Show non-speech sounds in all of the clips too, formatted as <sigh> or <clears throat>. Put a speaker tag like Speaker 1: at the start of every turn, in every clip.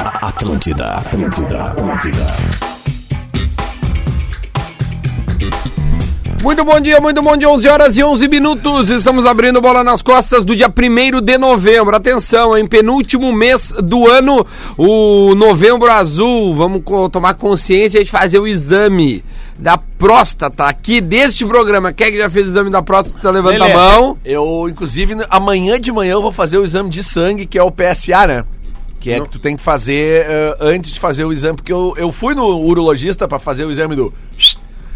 Speaker 1: Atlântida, Atlântida, Atlântida.
Speaker 2: Muito bom dia, muito bom dia, 11 horas e 11 minutos. Estamos abrindo bola nas costas do dia 1 de novembro. Atenção, em penúltimo mês do ano, o Novembro Azul. Vamos co- tomar consciência de fazer o exame da próstata aqui deste programa. Quem é que já fez o exame da próstata? Levanta
Speaker 3: Lelê.
Speaker 2: a mão.
Speaker 3: Eu, inclusive, n- amanhã de manhã eu vou fazer o exame de sangue, que é o PSA, né? Que é que tu tem que fazer eh, antes de fazer o exame, porque eu, eu fui no urologista pra fazer o exame do.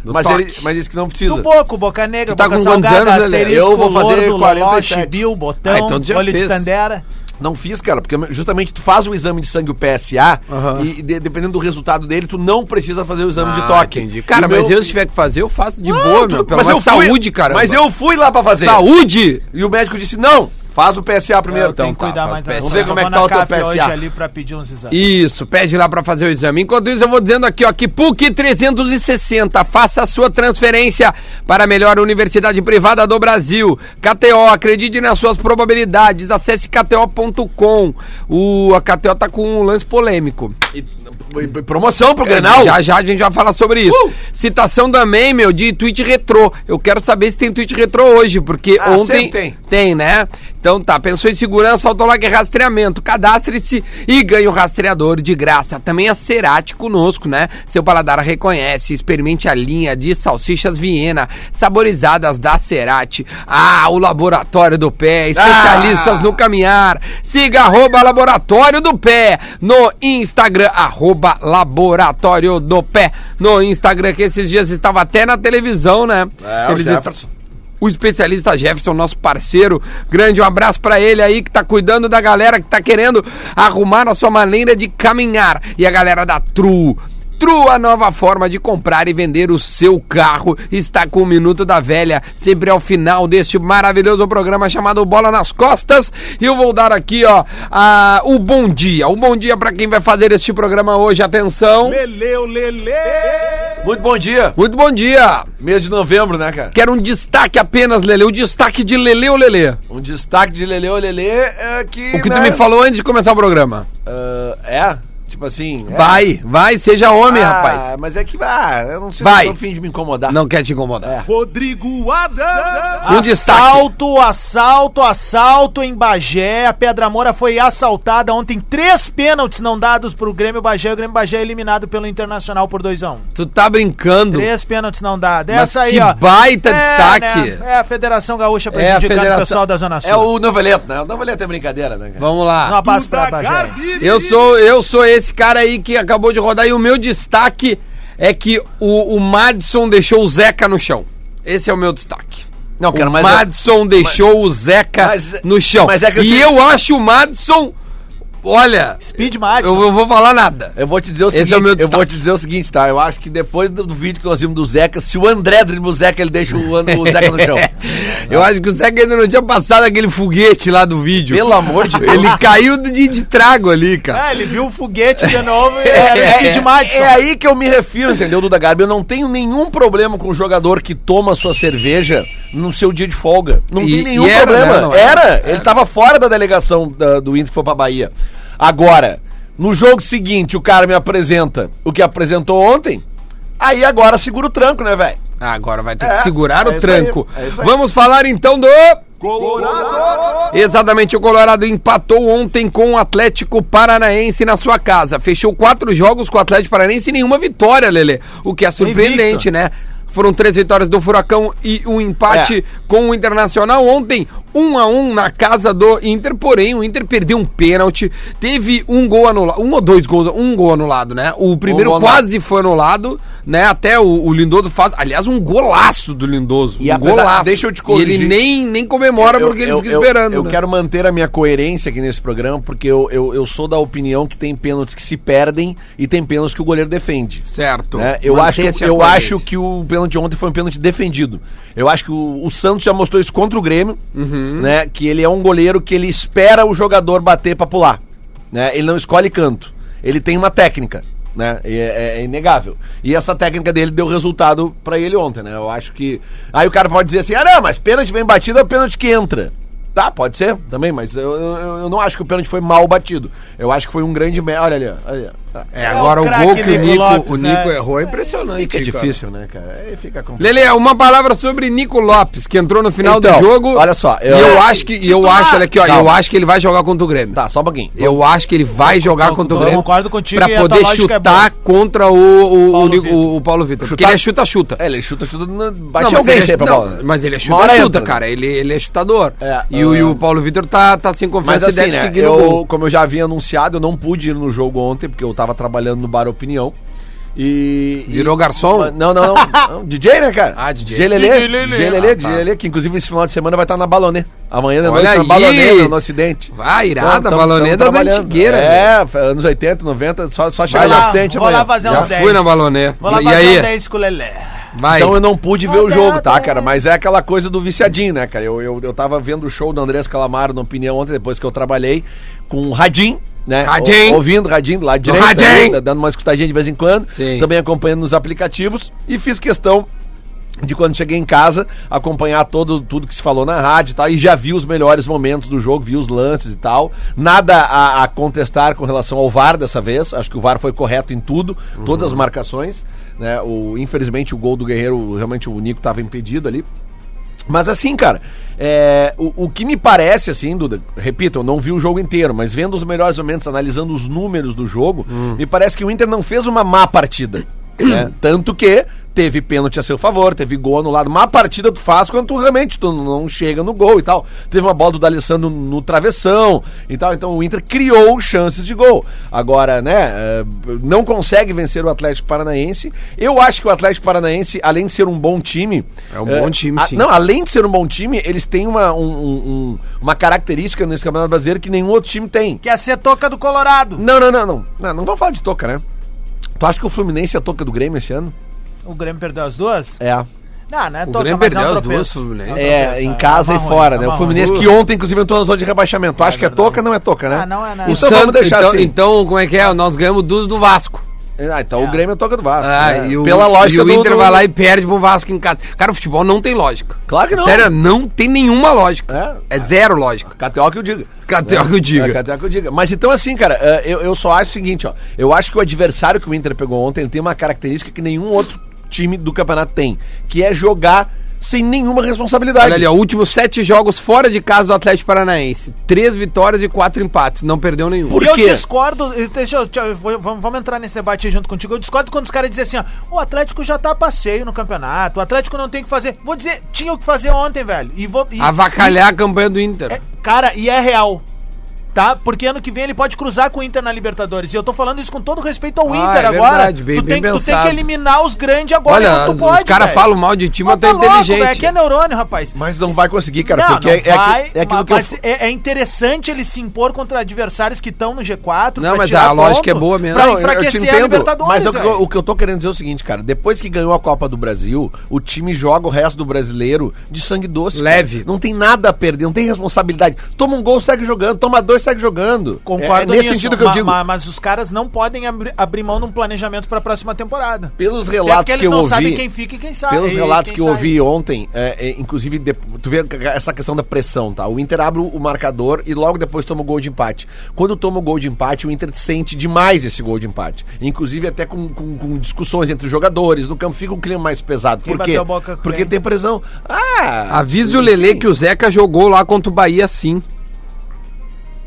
Speaker 3: mas,
Speaker 2: toque.
Speaker 3: ele, mas disse que não
Speaker 4: Do
Speaker 3: precisa.
Speaker 4: boco, boca negra,
Speaker 2: Tu tá
Speaker 4: boca
Speaker 2: com quantos anos, Lelê?
Speaker 4: asterisco,
Speaker 3: Eu vou fazer
Speaker 4: lordo,
Speaker 3: 47.
Speaker 4: loloche, bil, botão,
Speaker 2: Ah, então tu já
Speaker 4: olho de
Speaker 2: fez.
Speaker 4: tandera.
Speaker 3: Não fiz, cara, porque justamente tu faz o exame de sangue, o PSA,
Speaker 2: Aham.
Speaker 3: e de- dependendo do resultado dele, tu não precisa fazer o exame de
Speaker 2: Ah,
Speaker 3: toque.
Speaker 2: entendi. Cara,
Speaker 3: E
Speaker 2: mas
Speaker 3: meu-
Speaker 2: eu se tiver que fazer, eu faço de
Speaker 3: Não,
Speaker 2: boa,
Speaker 3: tudo-
Speaker 2: meu. Pelo
Speaker 3: mas
Speaker 2: menos
Speaker 3: eu fui-
Speaker 2: saúde, cara.
Speaker 3: Mas eu fui lá pra fazer.
Speaker 2: Saúde!
Speaker 3: E o médico disse: não, faz o PSA primeiro.
Speaker 2: Então
Speaker 4: Tem que
Speaker 2: tá,
Speaker 4: cuidar
Speaker 2: faz
Speaker 4: mais
Speaker 2: PSA.
Speaker 4: da
Speaker 3: Vamos ver
Speaker 4: saúde.
Speaker 3: como é
Speaker 4: Eu
Speaker 3: que
Speaker 4: vou
Speaker 3: tá o
Speaker 4: na
Speaker 3: teu
Speaker 4: CAP hoje
Speaker 3: PSA.
Speaker 4: ali pra pedir uns exames.
Speaker 2: Isso, pede lá pra fazer o exame. Enquanto isso, eu vou dizendo aqui, ó, que PUC 360, faça a sua transferência para a melhor universidade privada do Brasil. KTO, acredite nas suas probabilidades, acesse kto.com. O, a KTO tá com um lance polêmico.
Speaker 3: E- e- Promoção pro Grenal.
Speaker 2: É, Já já a gente vai falar sobre isso.
Speaker 3: Uh!
Speaker 2: Citação também, meu, de tweet retrô. Eu quero saber se tem tweet retrô hoje, porque
Speaker 3: Ah,
Speaker 2: ontem.
Speaker 3: sempre tem.
Speaker 2: né? Então tá, pensou em segurança, Autolog é rastreamento. Cadastre-se e ganhe o rastreador de graça. Também a Cerati conosco, né? Seu paladar reconhece. Experimente a linha de salsichas Viena, saborizadas da Cerati. Ah, o Laboratório do Pé, especialistas
Speaker 3: Ah!
Speaker 2: no caminhar. Siga arroba Laboratório do Pé no Instagram, arroba Laboratório do Pé no Instagram, que esses dias estava até na televisão, né?
Speaker 3: É, o
Speaker 2: esta-
Speaker 3: Jefferson.
Speaker 2: o especialista Jefferson, nosso parceiro, grande um abraço pra ele aí que tá cuidando da galera que tá querendo arrumar a sua maneira de caminhar. E a galera da Tru. Tru, a nova forma de comprar e vender o seu carro, está com o Minuto da Velha, sempre ao final deste maravilhoso programa chamado Bola nas Costas. E eu vou dar aqui, ó, a- o bom dia. O bom dia pra quem vai fazer este programa hoje. Atenção.
Speaker 3: Muito bom dia.
Speaker 2: Muito bom dia.
Speaker 3: Mês de novembro, né, cara?
Speaker 2: Quero um destaque apenas, Lele. O destaque de Lele ou Lele?
Speaker 3: Um destaque de Lele Olelê é que.
Speaker 2: O que
Speaker 3: né,
Speaker 2: tu me falou antes de começar o programa.
Speaker 3: ah, é, tipo assim. é.
Speaker 2: Vai, vai, seja homem,
Speaker 3: Ah,
Speaker 2: rapaz.
Speaker 3: Mas é que. Ah, eu não sei
Speaker 2: Vai.
Speaker 3: se eu tô a fim de me incomodar. É.
Speaker 2: Não quer te incomodar.
Speaker 5: Rodrigo Adams.
Speaker 2: Um destaque.
Speaker 4: Assalto, assalto, assalto em Bagé. A Pedra Moura foi assaltada ontem. Três pênaltis não dados pro Grêmio Bagé. O Grêmio Bagé é eliminado pelo Internacional por 2x1.
Speaker 2: Tu tá brincando.
Speaker 4: Três pênaltis não dados.
Speaker 2: Mas
Speaker 4: Essa aí,
Speaker 2: que
Speaker 4: ó.
Speaker 2: baita destaque.
Speaker 4: né? É a Federação Gaúcha
Speaker 2: É a
Speaker 4: prejudicando
Speaker 2: federação-
Speaker 4: o pessoal da Zona Sul.
Speaker 3: É o noveleto, né? O noveleto é brincadeira, né, cara?
Speaker 2: Vamos
Speaker 4: Um
Speaker 2: lá.
Speaker 4: abraço pra Bagé.
Speaker 2: Eu sou, eu sou esse cara aí que acabou de rodar e o meu destaque é que o, o Madison deixou o Zeca no chão. Esse é o meu destaque.
Speaker 3: Não, cara,
Speaker 2: o
Speaker 3: mas é-
Speaker 2: Madison deixou o Zeca
Speaker 3: Mas-
Speaker 2: no chão.
Speaker 3: mas é que eu
Speaker 2: e
Speaker 3: te-
Speaker 2: eu acho o Madison. Olha,
Speaker 4: Speed
Speaker 2: eu
Speaker 4: Madison.
Speaker 2: não vou falar nada.
Speaker 3: Eu vou te dizer o
Speaker 2: Esse
Speaker 3: seguinte,
Speaker 2: é o meu
Speaker 3: eu
Speaker 2: destaque.
Speaker 3: vou te dizer o seguinte, tá? Eu acho que depois do, do vídeo que nós vimos do Zeca, se o André dribla o Zeca, ele deixa o, An- o
Speaker 2: <laughs>
Speaker 3: Zeca no chão.
Speaker 2: <laughs> Eu acho que o Zeca ainda não tinha passado aquele foguete lá do vídeo.
Speaker 3: Pelo
Speaker 2: <laughs>
Speaker 3: amor de Deus.
Speaker 2: Ele é caiu de, de trago ali, cara.
Speaker 4: Ah, ele viu o
Speaker 2: <laughs>
Speaker 4: foguete de novo e era o
Speaker 3: É,
Speaker 4: Speed
Speaker 3: é,
Speaker 4: Madison.
Speaker 3: é aí que eu me refiro, entendeu, Duda Garbi? Eu não tenho nenhum problema com o jogador que toma sua cerveja no seu dia de folga. Não
Speaker 2: E-
Speaker 3: tem nenhum
Speaker 2: e era, né?
Speaker 3: problema.
Speaker 2: Não
Speaker 3: era,
Speaker 2: era?
Speaker 3: ele tava fora da delegação da- do Inter que foi pra Bahia. Agora, no jogo seguinte, o cara me apresenta o que apresentou ontem, aí agora segura o tranco, né, velho?
Speaker 2: Ah, agora vai ter que
Speaker 3: É,
Speaker 2: segurar
Speaker 3: é
Speaker 2: o
Speaker 3: isso
Speaker 2: tranco.
Speaker 3: aí, é isso aí.
Speaker 2: Vamos falar então do.
Speaker 5: Colorado.
Speaker 2: Exatamente, o Colorado empatou ontem com o Atlético Paranaense na sua casa. Fechou quatro jogos com o Atlético Paranaense e nenhuma vitória, Lele. O que é surpreendente,
Speaker 4: invicto.
Speaker 2: né? Foram três vitórias do Furacão e um empate
Speaker 3: É.
Speaker 2: com o Internacional ontem, um a um na casa do Inter, porém o Inter perdeu um pênalti, teve um gol anulado, um ou dois gols, um gol anulado, né? O primeiro
Speaker 3: gol anulado.
Speaker 2: quase foi anulado, né? Até o, o Lindoso faz, aliás, um golaço do Lindoso,
Speaker 3: E
Speaker 2: um
Speaker 3: apesar- deixa eu te
Speaker 2: e ele
Speaker 3: corrigir.
Speaker 2: nem, nem comemora
Speaker 3: Eu-
Speaker 2: porque ele
Speaker 3: eu-
Speaker 2: fica
Speaker 3: eu-
Speaker 2: esperando,
Speaker 3: Eu,
Speaker 2: né?
Speaker 3: quero manter a minha coerência aqui nesse programa, porque eu, eu, eu sou da opinião que tem pênaltis que se perdem e tem pênaltis que o goleiro defende.
Speaker 2: Certo.
Speaker 3: né? Eu, acho,
Speaker 2: Manter-se a
Speaker 3: eu
Speaker 2: coerência.
Speaker 3: acho que o pênalti de ontem foi um pênalti defendido. Eu acho que o, o Santos já mostrou isso contra o Grêmio, né? Que ele é um goleiro que ele espera o jogador bater pra pular. Né? Ele não escolhe canto. Ele tem uma técnica. Né? E É, é inegável. E essa técnica dele deu resultado pra ele ontem, né? Eu acho que. Aí o cara pode dizer assim: ah, não, mas pênalti bem batido é o pênalti que entra. Tá, pode ser também, mas eu, eu, eu não acho que o pênalti foi mal batido. Eu acho que foi um grande. me- Olha ali, ó, olha. ali, ó. Tá.
Speaker 2: É, agora o,
Speaker 4: craque
Speaker 2: gol que o
Speaker 4: Nico
Speaker 2: Nico,
Speaker 4: Lopes,
Speaker 2: o Nico
Speaker 4: né?
Speaker 2: errou é impressionante.
Speaker 3: Fica
Speaker 2: cara.
Speaker 3: difícil, né, cara? Aí fica complicado.
Speaker 2: Lele, uma palavra sobre Nico Lopes, que entrou no final
Speaker 3: Então,
Speaker 2: do jogo.
Speaker 3: olha só,
Speaker 2: Eu,
Speaker 3: eu-
Speaker 2: e eu acho que. e Eu
Speaker 4: Titular.
Speaker 2: acho, olha aqui, ó. Eu
Speaker 3: Calma.
Speaker 2: acho que ele vai jogar contra o Grêmio.
Speaker 3: Tá, só um pouquinho.
Speaker 2: Eu acho que ele vai jogar contra o
Speaker 4: eu
Speaker 2: Grêmio.
Speaker 4: concordo contigo e
Speaker 2: Pra
Speaker 4: a tua
Speaker 2: poder
Speaker 4: lógica é
Speaker 2: chutar contra o, o,
Speaker 4: Paulo
Speaker 2: o, Nico-
Speaker 4: Vitor.
Speaker 2: o- o Paulo Vitor. Porque ele é chuta-chuta.
Speaker 3: É, ele chuta, chuta, não- bate
Speaker 2: mas
Speaker 3: alguém
Speaker 2: ele é,
Speaker 3: sempre a
Speaker 2: não,
Speaker 3: bola.
Speaker 2: mas ele é
Speaker 3: Uma hora
Speaker 2: chuta, chuta
Speaker 3: entra.
Speaker 2: cara. Ele, ele é chutador.
Speaker 3: É,
Speaker 2: e, o, e
Speaker 3: ah.
Speaker 2: o Paulo Vitor tá, tá sem
Speaker 3: Mas
Speaker 2: confiança e
Speaker 3: assim,
Speaker 2: deve
Speaker 3: né,
Speaker 2: seguir no
Speaker 3: eu,
Speaker 2: gol.
Speaker 3: como eu já havia anunciado, eu não pude ir no jogo ontem, porque eu tava trabalhando no Bar Opinião. E.
Speaker 2: Virou
Speaker 3: e-
Speaker 2: garçom?
Speaker 3: Mas- Não,
Speaker 2: <laughs>
Speaker 3: não, não. não. DJ, né, cara?
Speaker 2: Ah, DJ.
Speaker 3: DJ Lelê.
Speaker 4: DJ
Speaker 3: DJ
Speaker 4: Lelê.
Speaker 3: Lelê,
Speaker 2: Ah,
Speaker 3: DJ
Speaker 2: tá.
Speaker 3: Lelê, que inclusive esse final de semana vai estar na Balonê. Amanhã de noite
Speaker 2: Olha
Speaker 3: na
Speaker 2: aí.
Speaker 3: Balonê, no Ocidente.
Speaker 2: Vai, irada,
Speaker 3: Então, tamo-
Speaker 2: balonê
Speaker 3: tamo
Speaker 2: das
Speaker 3: trabalhando.
Speaker 2: antigueiras. velho.
Speaker 3: É, anos 80, 90, só, só chegar
Speaker 4: Vai
Speaker 3: no
Speaker 4: lá,
Speaker 3: Ocidente
Speaker 4: vou lá
Speaker 3: amanhã.
Speaker 4: fazer
Speaker 2: Já
Speaker 4: uns
Speaker 2: fui
Speaker 4: 10.
Speaker 2: na balonê.
Speaker 4: Vou lá
Speaker 2: E
Speaker 4: fazer
Speaker 2: aí?
Speaker 4: uns 10 com o Lelé.
Speaker 2: Vai.
Speaker 3: Então eu não pude ver o jogo, tá, cara? Mas é aquela coisa do viciadinho, né, cara? Eu, eu, eu tava vendo o show do Andrés Calamaro, na opinião, ontem, depois que eu trabalhei, com o Radim, né?
Speaker 2: Radim.
Speaker 3: O- ouvindo Radim do lado direito.
Speaker 2: Radim.
Speaker 3: ainda, dando uma escutadinha de vez em quando.
Speaker 2: Sim.
Speaker 3: Também acompanhando nos aplicativos. E fiz questão de quando cheguei em casa, acompanhar todo, tudo que se falou na rádio e tal, e já vi os melhores momentos do jogo, vi os lances e tal. Nada a, a contestar com relação ao VAR dessa vez, acho que o VAR foi correto em tudo, todas as marcações. Né? O, infelizmente o gol do Guerreiro, realmente o Nico estava impedido ali. Mas assim, cara, é, o, o que me parece, assim, Duda, repito, eu não vi o jogo inteiro, mas vendo os melhores momentos, analisando os números do jogo,
Speaker 2: Hum.
Speaker 3: me parece que o Inter não fez uma má
Speaker 2: <clears throat>
Speaker 3: partida. né? Tanto que teve pênalti a seu favor, teve gol anulado. Má partida tu faz quando tu realmente tu não chega no gol e tal. Teve uma bola do D'Alessandro no travessão e tal. Então o Inter criou chances de gol. Agora, né, é, não consegue vencer o Atlético Paranaense. Eu acho que o Atlético Paranaense, além de ser um bom time...
Speaker 2: É um bom time,
Speaker 3: a-
Speaker 2: sim.
Speaker 3: Não, além de ser um bom time, eles têm uma, um- um- um- uma característica nesse Campeonato Brasileiro que nenhum outro time tem.
Speaker 4: Que é a setoca do Colorado.
Speaker 3: Não, não, não, não. Não, não vamos falar de toca, né? Tu acha que o Fluminense é a toca do Grêmio esse ano?
Speaker 4: O Grêmio perdeu as duas?
Speaker 3: É.
Speaker 4: Não, não é
Speaker 2: O
Speaker 4: toca,
Speaker 2: Grêmio
Speaker 4: mas
Speaker 2: perdeu
Speaker 4: um
Speaker 2: as duas,
Speaker 4: tropeço.
Speaker 2: Fluminense.
Speaker 4: um
Speaker 3: É,
Speaker 4: tropeço,
Speaker 3: em casa
Speaker 4: Tá
Speaker 3: e
Speaker 4: ruim,
Speaker 3: fora,
Speaker 4: tá
Speaker 3: né? O
Speaker 4: ruim.
Speaker 3: Fluminense que ontem, inclusive, entrou na zona de rebaixamento. Tu acha que é toca? Não é toca, né?
Speaker 4: Ah, não é, não.
Speaker 3: O
Speaker 2: Então
Speaker 4: O
Speaker 3: então
Speaker 2: vamos
Speaker 3: vamos deixar
Speaker 2: então,
Speaker 3: assim.
Speaker 2: então, como é que é? Nós ganhamos duas do Vasco.
Speaker 3: Ah, então
Speaker 4: É.
Speaker 3: o Grêmio é toca do Vasco.
Speaker 2: Ah,
Speaker 3: né?
Speaker 2: e o,
Speaker 3: Pela lógica
Speaker 2: e o
Speaker 3: do-
Speaker 2: Inter
Speaker 3: do-
Speaker 2: vai lá e perde pro Vasco em casa. Cara, o futebol não tem lógica.
Speaker 3: Claro que não.
Speaker 2: Sério, não tem nenhuma lógica. É,
Speaker 3: É.
Speaker 2: zero lógica.
Speaker 3: KTO que eu diga.
Speaker 2: KTO que eu diga.
Speaker 3: É, KTO que eu diga. Mas então, assim, cara, eh, eu, eu só acho o seguinte, ó. Eu acho que o adversário que o Inter pegou ontem ele tem uma característica que nenhum outro time do campeonato tem, que é jogar sem nenhuma responsabilidade.
Speaker 2: Olha ali, ó, últimos sete jogos fora de casa do Atlético Paranaense. Três vitórias e quatro empates. Não perdeu nenhum.
Speaker 3: Por
Speaker 4: E eu
Speaker 3: quê?
Speaker 4: discordo, e deixa eu, eu vou- vamos, vamos entrar nesse debate aí junto contigo. Eu discordo quando os caras dizem assim, ó, o Atlético já tá a passeio no campeonato, o Atlético não tem o que fazer. Vou dizer, tinha o que fazer ontem, velho. E vou e-
Speaker 2: Avacalhar a campanha do Inter.
Speaker 4: É, cara, e é real. Tá? Porque ano que vem ele pode cruzar com o Inter na Libertadores. E eu tô falando isso com todo respeito ao
Speaker 2: Ah,
Speaker 4: Inter
Speaker 2: é
Speaker 4: agora.
Speaker 2: verdade, bem-
Speaker 4: tu,
Speaker 2: bem
Speaker 4: tem, tu tem que
Speaker 2: pensado.
Speaker 4: eliminar os grandes agora.
Speaker 2: Olha,
Speaker 4: enquanto
Speaker 2: os-
Speaker 4: tu pode,
Speaker 2: os caras
Speaker 4: velho.
Speaker 2: falam mal de time, eu
Speaker 4: Mas
Speaker 2: tô
Speaker 4: tá louco,
Speaker 2: inteligente.
Speaker 4: velho, Aqui é neurônio, rapaz.
Speaker 3: Mas não vai conseguir, cara,
Speaker 4: não,
Speaker 3: porque
Speaker 4: não
Speaker 3: é, é aqui-
Speaker 4: vai,
Speaker 3: é aquilo
Speaker 4: mas,
Speaker 3: que eu
Speaker 4: mas é, é interessante ele se impor contra adversários que estão no G4.
Speaker 2: Não,
Speaker 4: pra
Speaker 2: mas
Speaker 4: tirar
Speaker 2: a lógica
Speaker 4: ponto,
Speaker 2: é boa mesmo.
Speaker 4: Pra
Speaker 2: Não,
Speaker 3: eu- eu
Speaker 4: enfraquecer
Speaker 3: te
Speaker 4: a
Speaker 3: entendo,
Speaker 4: Libertadores.
Speaker 3: Mas é o que, eu,
Speaker 4: velho.
Speaker 3: o que eu tô querendo dizer é o seguinte, cara. Depois que ganhou a Copa do Brasil, o time joga o resto do brasileiro de sangue doce. cara.
Speaker 2: Leve.
Speaker 3: Não tem nada a perder, não tem responsabilidade. Toma um gol, segue jogando. Toma dois, segue jogando.
Speaker 4: Concordo
Speaker 3: é, é nesse
Speaker 4: nisso,
Speaker 3: sentido que eu
Speaker 4: ma-
Speaker 3: digo.
Speaker 4: ma- mas os caras não podem abri- abrir mão de um planejamento pra próxima temporada.
Speaker 3: Pelos
Speaker 4: Até É porque
Speaker 3: relatos
Speaker 4: eles
Speaker 3: que eu
Speaker 4: não
Speaker 3: ouvi...
Speaker 4: sabem quem fica e quem sai.
Speaker 3: Pelos
Speaker 4: e
Speaker 3: relatos
Speaker 4: quem
Speaker 3: que eu
Speaker 4: sai.
Speaker 3: ouvi ontem, é, é, inclusive, de- tu vê essa questão da pressão, tá? O Inter abre o- o marcador e logo depois toma o gol de empate. Quando toma o gol de empate, o Inter sente demais esse gol de empate. Inclusive, até com, com- com discussões entre os jogadores, no campo fica um clima mais pesado.
Speaker 4: Quem
Speaker 3: Por quê?
Speaker 4: bateu a boca com
Speaker 3: Porque
Speaker 4: quem?
Speaker 3: tem pressão. Ah!
Speaker 2: Avise o Lelê
Speaker 3: enfim.
Speaker 2: que o Zeca jogou lá contra o Bahia sim.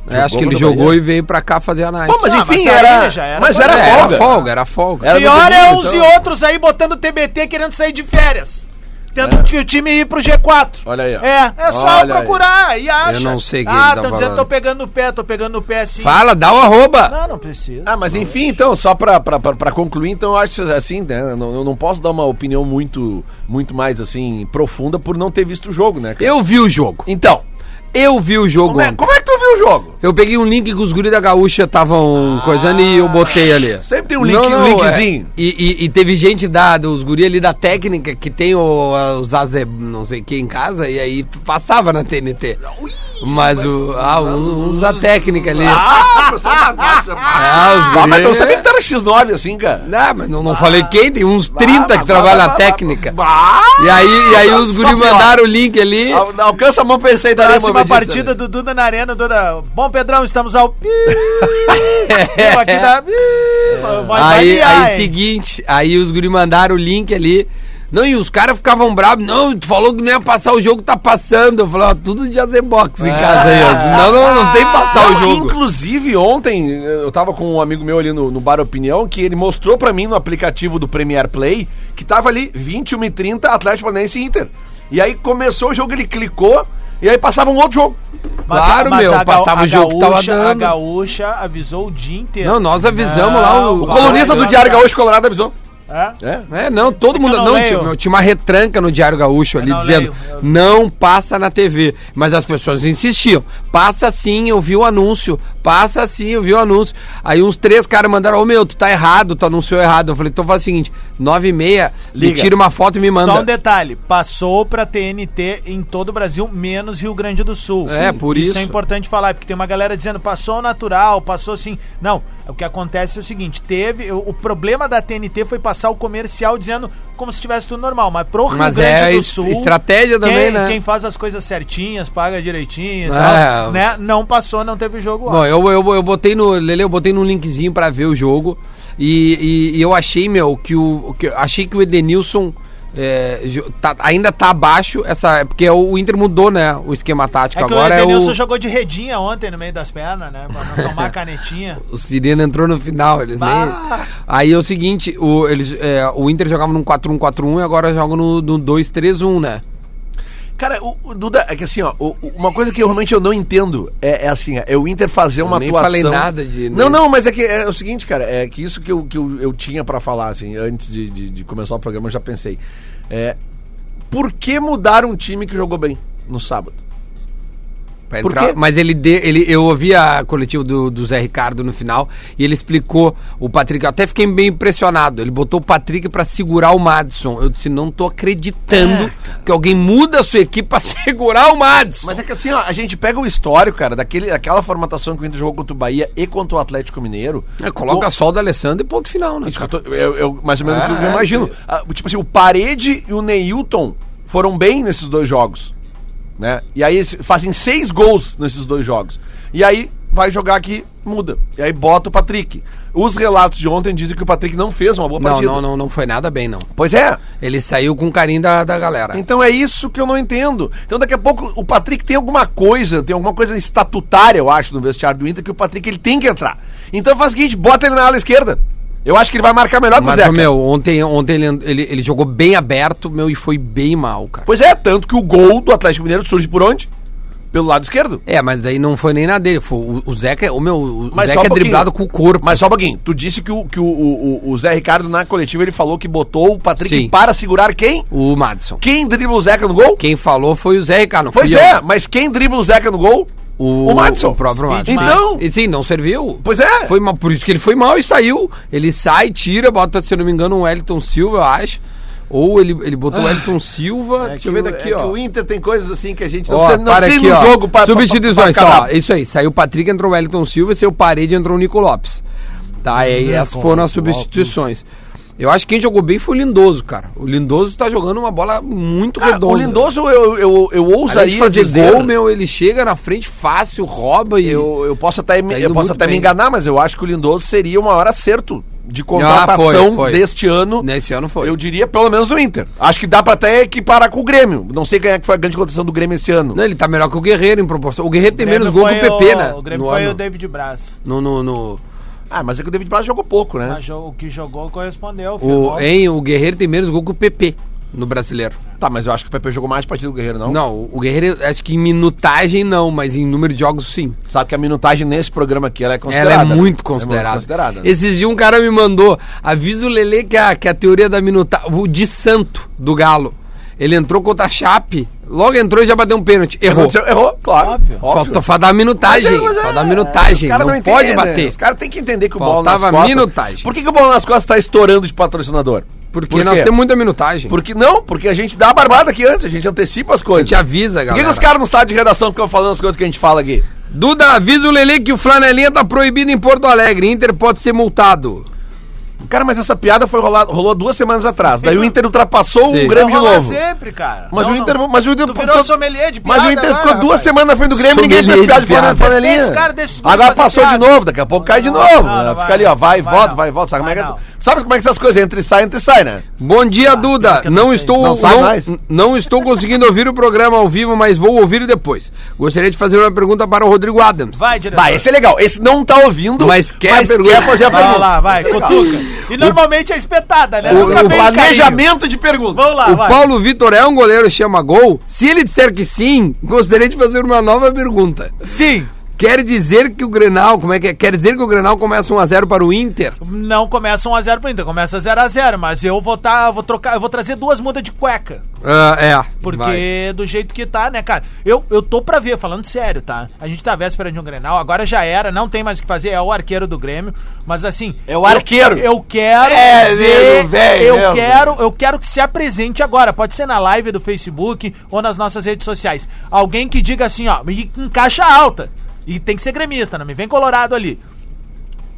Speaker 2: É,
Speaker 3: Jogou
Speaker 2: acho que ele
Speaker 3: contra o
Speaker 2: jogou
Speaker 3: Bahia?
Speaker 2: e veio pra cá fazer análise.
Speaker 3: Bom, mas
Speaker 4: Ah,
Speaker 3: enfim,
Speaker 4: mas aí
Speaker 3: era,
Speaker 4: já era
Speaker 3: Mas
Speaker 4: pra-
Speaker 3: era
Speaker 2: É,
Speaker 3: folga.
Speaker 2: Era folga, era folga.
Speaker 3: Era-
Speaker 4: Pior
Speaker 3: no
Speaker 4: é
Speaker 3: domingo,
Speaker 4: uns
Speaker 3: então.
Speaker 4: e outros aí botando TBT querendo sair de férias. Tendo que o time ir pro G4.
Speaker 3: É. Olha aí, ó.
Speaker 4: É, é só
Speaker 3: Olha aí.
Speaker 4: procurar e acha.
Speaker 2: Eu não sei quem
Speaker 4: Ah,
Speaker 2: tá
Speaker 4: estão dizendo que
Speaker 2: falando.
Speaker 4: tô pegando no pé, tô pegando no pé assim.
Speaker 2: Fala, dá o arroba.
Speaker 4: Não, não precisa.
Speaker 3: Ah, mas enfim, então, só pra, pra, pra, pra concluir, então eu acho assim, né? Eu não, eu não posso dar uma opinião muito, muito mais, assim, profunda por não ter visto o jogo, né? cara?
Speaker 2: Eu vi o jogo.
Speaker 3: Então,
Speaker 2: Eu vi o jogo.
Speaker 3: como é,
Speaker 2: ontem.
Speaker 3: como é que tu viu o jogo?
Speaker 2: Eu peguei um link que os guri da gaúcha estavam coisando e eu botei ali.
Speaker 3: Ah. Sempre tem um link- linkzinho.
Speaker 2: é. e, e- e teve gente da, dos guri ali da técnica que tem o, a- os aze, não sei o que em casa e aí passava na TNT. Mas o, ah, uns, uns da técnica ali. Ah,
Speaker 3: Ah, professor da nossa,
Speaker 2: <laughs> os guri.
Speaker 3: Ah, mas eu sabia que tu era X9 assim, cara.
Speaker 2: Não, mas não, não falei quem, tem uns 30 que trabalham na técnica.
Speaker 3: Ah,
Speaker 2: E aí, e aí os
Speaker 3: Só
Speaker 2: guri
Speaker 3: pior. Ah,
Speaker 2: mandaram o link ali.
Speaker 3: al- alcança a mão pra esse aí
Speaker 2: Tá
Speaker 3: daí,
Speaker 4: Próxima partida
Speaker 2: né?
Speaker 4: do Duda na Arena, Duda. Bom, Pedrão, estamos ao.
Speaker 2: <laughs>
Speaker 4: Pi- Vivo aqui da. Pi- Vai, vai
Speaker 2: É. aí,
Speaker 4: miar,
Speaker 2: aí
Speaker 4: hein?
Speaker 2: seguinte, aí os guri mandaram o link ali. Não, e os caras ficavam bravos. Não, tu falou que não ia passar o jogo, tá passando. Eu falei, ó, tudo de azebox
Speaker 4: É.
Speaker 2: em casa aí, ó. Senão
Speaker 4: <laughs>
Speaker 2: não, não tem passar o
Speaker 3: Ah, Não,
Speaker 2: jogo.
Speaker 3: Inclusive, ontem eu tava com um amigo meu ali no, no Bar Opinião que ele mostrou pra mim no aplicativo do Premier Play que tava ali 21 e 30 Atlético Paranaense e Inter. E aí começou o jogo, ele clicou e aí passava um outro jogo.
Speaker 4: Mas-
Speaker 2: claro,
Speaker 4: mas
Speaker 2: meu,
Speaker 4: a ga-
Speaker 2: passava
Speaker 4: a
Speaker 2: o jogo que tava
Speaker 4: gaúcha- A
Speaker 2: dando.
Speaker 4: gaúcha avisou o dia inteiro.
Speaker 2: Não, nós avisamos lá o-
Speaker 3: O
Speaker 2: Vai,
Speaker 3: colunista do
Speaker 2: vai,
Speaker 3: Diário Gaúcho Colorado avisou.
Speaker 4: É?
Speaker 3: É.
Speaker 2: É, não, todo
Speaker 4: que
Speaker 2: mundo.
Speaker 4: eu
Speaker 2: Não,
Speaker 4: não
Speaker 2: tinha,
Speaker 4: leio.
Speaker 2: meu, tinha uma retranca no Diário Gaúcho ali
Speaker 4: não
Speaker 2: dizendo:
Speaker 4: leio.
Speaker 2: não passa na TV. Mas as pessoas insistiam: passa sim, eu vi o anúncio. Passa sim, eu vi o anúncio. Aí uns três caras mandaram: Ô meu, tu tá errado, tu anunciou errado. Eu falei: então faz o seguinte: nove e meia, me
Speaker 3: Liga.
Speaker 2: tira uma foto e me manda.
Speaker 4: Só um detalhe, passou pra TNT em todo o Brasil, menos Rio Grande do Sul.
Speaker 2: É, por isso.
Speaker 4: é importante falar, porque tem uma galera dizendo, passou natural, passou sim. Não, o que acontece é o seguinte, teve... O, o problema da TNT foi passar o comercial dizendo como se tivesse tudo normal, mas pro Rio
Speaker 2: Mas
Speaker 4: Grande
Speaker 2: é
Speaker 4: do
Speaker 2: es-
Speaker 4: Sul...
Speaker 2: estratégia
Speaker 4: quem,
Speaker 2: também, né?
Speaker 4: Quem faz as coisas certinhas, paga direitinho e
Speaker 2: É,
Speaker 4: tal,
Speaker 2: os-
Speaker 4: né? Não passou, não teve jogo.
Speaker 2: Bom, eu, eu, eu botei no. Lele, eu botei num linkzinho pra ver o jogo. E, e- e eu achei, meu, que o. Que, achei que o Edenilson. é, jo- tá- ainda tá abaixo, essa, porque é o, o Inter mudou, né? O esquema tático.
Speaker 4: É que
Speaker 2: Agora
Speaker 4: o
Speaker 2: é
Speaker 4: Edenilson
Speaker 2: o.
Speaker 4: jogou de redinha ontem no meio das pernas, né? Pra não
Speaker 2: <laughs>
Speaker 4: tomar canetinha.
Speaker 2: O Sirena entrou no final, eles
Speaker 4: Bah!
Speaker 2: nem. Aí é o seguinte, o, eles, é, o Inter jogava num 4-1-4-1 e agora joga no, no 2-3-1, né?
Speaker 3: Cara, o, o Duda, é que assim, ó, o- o- uma coisa que eu realmente eu não entendo é, é assim, ó, é o Inter fazer uma
Speaker 2: nem
Speaker 3: atuação.
Speaker 2: falei nada de-
Speaker 3: Não, não, mas é que é o seguinte, cara, é que isso que eu, que eu, eu tinha pra falar, assim, antes de, de- de começar o programa, eu já pensei. É, por que mudar um time que jogou bem no sábado?
Speaker 2: Pra
Speaker 3: Por
Speaker 2: entrar-
Speaker 3: quê?
Speaker 2: mas ele, de, ele eu ouvi a coletiva do, do Zé Ricardo no final e ele explicou o Patrick. Eu até fiquei bem impressionado. Ele botou o Patrick pra segurar o Madison. Eu disse, não tô
Speaker 3: É.
Speaker 2: acreditando que alguém muda a sua equipe pra <laughs> segurar o Madison.
Speaker 3: Mas é que assim, ó, a gente pega o histórico, cara, daquele, daquela formatação que o Inter jogou contra o Bahia e contra o Atlético Mineiro.
Speaker 2: É, coloca só o da Alessandro e ponto final, né?
Speaker 3: Isso que eu, tô- eu- eu- mais ou menos
Speaker 2: Ah,
Speaker 3: o que eu imagino.
Speaker 2: que-
Speaker 3: Ah, tipo assim, o Parede e o Neilton foram bem nesses dois jogos. Né? E aí eles fazem seis gols nesses dois jogos. E aí vai jogar aqui, muda. E aí bota o Patrick. Os relatos de ontem dizem que o Patrick não fez uma boa
Speaker 2: Não,
Speaker 3: partida.
Speaker 2: não, não, não foi nada bem, não.
Speaker 3: Pois é.
Speaker 2: Ele saiu com carinho da, da galera.
Speaker 3: Então é isso que eu não entendo. Então daqui a pouco o Patrick tem alguma coisa, tem alguma coisa estatutária, eu acho, no vestiário do Inter, que o Patrick ele tem que entrar. Então faz o seguinte, bota ele na ala esquerda. Eu acho que ele vai marcar melhor que o
Speaker 2: Mas,
Speaker 3: Zeca.
Speaker 2: meu, ontem, ontem ele, ele, ele jogou bem aberto, meu, e foi bem mal, cara.
Speaker 3: Pois é, tanto que o gol do Atlético Mineiro surge por onde? Pelo lado esquerdo.
Speaker 2: É, mas daí não foi nem na dele. Foi, o, o Zeca, o meu, o
Speaker 3: Mas só
Speaker 2: Zeca
Speaker 3: um
Speaker 2: é
Speaker 3: pouquinho.
Speaker 2: driblado com o corpo.
Speaker 3: Mas só um pouquinho, tu disse que o, que o, o, o- o Zé Ricardo na coletiva ele falou que botou o Patrick
Speaker 2: Sim.
Speaker 3: para segurar quem?
Speaker 2: O Madison.
Speaker 3: Quem dribla o Zeca no gol?
Speaker 2: Quem falou foi o Zé Ricardo, não
Speaker 3: Pois
Speaker 2: fui
Speaker 3: é,
Speaker 2: eu.
Speaker 3: mas quem dribla o Zeca no gol?
Speaker 2: O,
Speaker 3: O Madison.
Speaker 2: O próprio
Speaker 4: Speed
Speaker 2: Madison.
Speaker 3: Então-
Speaker 2: E sim, não serviu.
Speaker 3: Pois é.
Speaker 2: Foi mal, por isso que ele foi mal e saiu. Ele sai, tira, bota, se eu não me engano, um Wellington Silva, eu acho. Ou ele, ele botou o Wellington Silva. deixa eu ver daqui, ó.
Speaker 3: Ah. É o Inter tem coisas assim que a gente
Speaker 2: Ó, para
Speaker 3: ir
Speaker 2: aqui,
Speaker 3: no
Speaker 2: ó.
Speaker 3: jogo para
Speaker 2: Substituições,
Speaker 3: pra- pra-
Speaker 2: ó. Isso aí, saiu o Patrick, entrou o Wellington Silva, saiu o Parede, entrou o Nico Lopes. Tá, e essas foram as substituições. Eu acho que quem jogou bem foi o Lindoso, cara. O Lindoso tá jogando uma bola muito
Speaker 3: Cara,
Speaker 2: redonda.
Speaker 3: Ah, o Lindoso eu, eu, eu
Speaker 2: Além de
Speaker 3: ousaria
Speaker 2: fazer
Speaker 3: dizer-
Speaker 2: gol, meu, ele chega na frente fácil, rouba e...
Speaker 3: Eu, eu posso até, me-
Speaker 2: Tá indo
Speaker 3: eu posso
Speaker 2: muito
Speaker 3: até me
Speaker 2: bem.
Speaker 3: enganar, mas eu acho que o Lindoso seria o maior acerto de contratação
Speaker 2: Ah, foi, foi.
Speaker 3: deste ano.
Speaker 2: Nesse né, ano foi.
Speaker 3: Eu diria pelo menos no Inter. Acho que dá pra até equiparar com o Grêmio. Não sei quem é que foi a grande contratação do Grêmio esse ano.
Speaker 2: Não, ele tá melhor que o Guerreiro em proporção. O Guerreiro tem
Speaker 4: Grêmio
Speaker 2: menos gol que
Speaker 4: foi
Speaker 2: o PP, né?
Speaker 4: O Grêmio
Speaker 2: no
Speaker 4: foi
Speaker 2: ano.
Speaker 4: o David Braz.
Speaker 2: No, no, no-
Speaker 3: Ah, mas é que o David Braz jogou pouco, né?
Speaker 4: Mas jo- o que jogou correspondeu.
Speaker 2: O,
Speaker 4: firmou.
Speaker 2: hein, o Guerreiro tem menos gol que o PP no brasileiro.
Speaker 3: Tá, mas eu acho que o Pepe jogou mais partida do Guerreiro, não?
Speaker 2: Não, o- o Guerreiro, acho que em minutagem não, mas em número de jogos sim.
Speaker 3: Sabe que a minutagem nesse programa aqui ela é
Speaker 2: Ela
Speaker 3: considerada.
Speaker 2: é
Speaker 3: né?
Speaker 2: muito considerada.
Speaker 3: considerada. né?
Speaker 2: Esses dias um cara me mandou, avisa o Lele que a, que a teoria da minutagem, o de santo do Galo, ele entrou contra a Chape, Logo entrou e já bateu um pênalti. Errou.
Speaker 3: Aconteceu- Errou, claro.
Speaker 4: Óbvio.
Speaker 2: Falta pra dar minutagem.
Speaker 3: Mas é, mas é,
Speaker 2: pra dar minutagem.
Speaker 3: os cara
Speaker 2: Não, pode
Speaker 3: entendem, né?
Speaker 2: bater.
Speaker 3: Os caras têm que entender que o bolo nas
Speaker 2: Faltava
Speaker 3: costas.
Speaker 2: minutagem.
Speaker 3: Por que, que o bolo nas costas tá estourando de patrocinador?
Speaker 2: Porque
Speaker 3: Por
Speaker 2: nós
Speaker 3: quê?
Speaker 2: temos muita minutagem.
Speaker 3: Porque não, porque a gente dá a barbada aqui antes, a gente antecipa as
Speaker 2: A
Speaker 3: coisas.
Speaker 2: gente avisa,
Speaker 3: Por que,
Speaker 2: galera.
Speaker 3: que os caras não sabem de redação que eu falando as coisas que a gente fala aqui?
Speaker 2: Duda, avisa o Lele que o flanelinha tá proibido em Porto Alegre. Inter pode ser multado.
Speaker 3: Cara, mas essa piada foi rolada, rolou duas semanas atrás. Daí o Inter ultrapassou
Speaker 2: Sim.
Speaker 3: o Grêmio de
Speaker 4: Vai rolar
Speaker 3: novo.
Speaker 4: sempre, cara.
Speaker 3: Mas
Speaker 4: assim. Não,
Speaker 3: o Inter,
Speaker 4: não.
Speaker 3: mas o Inter,
Speaker 4: Tu virou sommelier de
Speaker 3: mas o
Speaker 4: piada
Speaker 3: Inter
Speaker 4: agora,
Speaker 3: ficou duas
Speaker 4: rapaz.
Speaker 3: semanas na frente do Grêmio, ninguém
Speaker 2: Sommelier
Speaker 3: fez piada
Speaker 2: de
Speaker 3: de fora da
Speaker 2: piada.
Speaker 3: panelinha.
Speaker 4: Os caras deixam os
Speaker 3: Agora
Speaker 4: fazer
Speaker 3: passou de
Speaker 4: piada.
Speaker 3: novo, daqui a pouco cai de
Speaker 4: Não,
Speaker 3: novo.
Speaker 4: não,
Speaker 3: né?
Speaker 4: não,
Speaker 3: Fica
Speaker 4: vai
Speaker 3: ali, ó, vai, e
Speaker 4: não.
Speaker 3: volta,
Speaker 4: Vai
Speaker 3: vai, e volta. Sabe como,
Speaker 4: não.
Speaker 3: é que, sabe como é que essas coisas entra e sai, entra e sai, né?
Speaker 2: Bom dia, Duda.
Speaker 4: Ah, pior que eu
Speaker 2: Não,
Speaker 4: não sei.
Speaker 2: estou
Speaker 3: Não
Speaker 2: não,
Speaker 3: sai mais?
Speaker 2: não estou conseguindo ouvir o programa ao vivo, mas vou ouvir depois. Gostaria de fazer uma pergunta para o Rodrigo Adams.
Speaker 4: Vai, diretor.
Speaker 3: Bah, esse é legal. Esse não tá ouvindo,
Speaker 2: Mas quer a pergunta.
Speaker 3: fazer a
Speaker 4: Vai
Speaker 3: pergunta.
Speaker 4: lá, vai, cutuca. E normalmente é espetada, né?
Speaker 3: O,
Speaker 4: Nunca
Speaker 3: o
Speaker 4: vem carinho.
Speaker 3: planejamento de perguntas.
Speaker 4: Vamos lá,
Speaker 2: o
Speaker 4: vai.
Speaker 2: Paulo Vitor é um goleiro chama gol? Se ele disser que sim, gostaria de fazer uma nova pergunta.
Speaker 4: Sim.
Speaker 2: Quer dizer que o Grenal, como é que é? Quer dizer que o Grenal começa 1 a 0 para o Inter?
Speaker 4: Não começa 1x0 pro Inter, começa 0x0, mas eu vou tá, vou trocar, eu vou trazer duas mudas de cueca.
Speaker 2: Ah, é.
Speaker 4: Porque
Speaker 2: vai.
Speaker 4: do jeito que tá, né, cara? Eu, eu tô pra ver, falando sério, tá? A gente tá à véspera de um Grenal, agora já era, não tem mais o que fazer, é o arqueiro do Grêmio, mas assim...
Speaker 3: É o arqueiro.
Speaker 4: Eu, eu quero
Speaker 2: né,
Speaker 3: É, nego, velho
Speaker 4: Eu
Speaker 3: mesmo.
Speaker 4: quero, eu quero que se apresente agora, pode ser na live do Facebook ou nas nossas redes sociais. Alguém que diga assim, ó, e em caixa alta, e tem que ser gremista, não me vem colorado ali.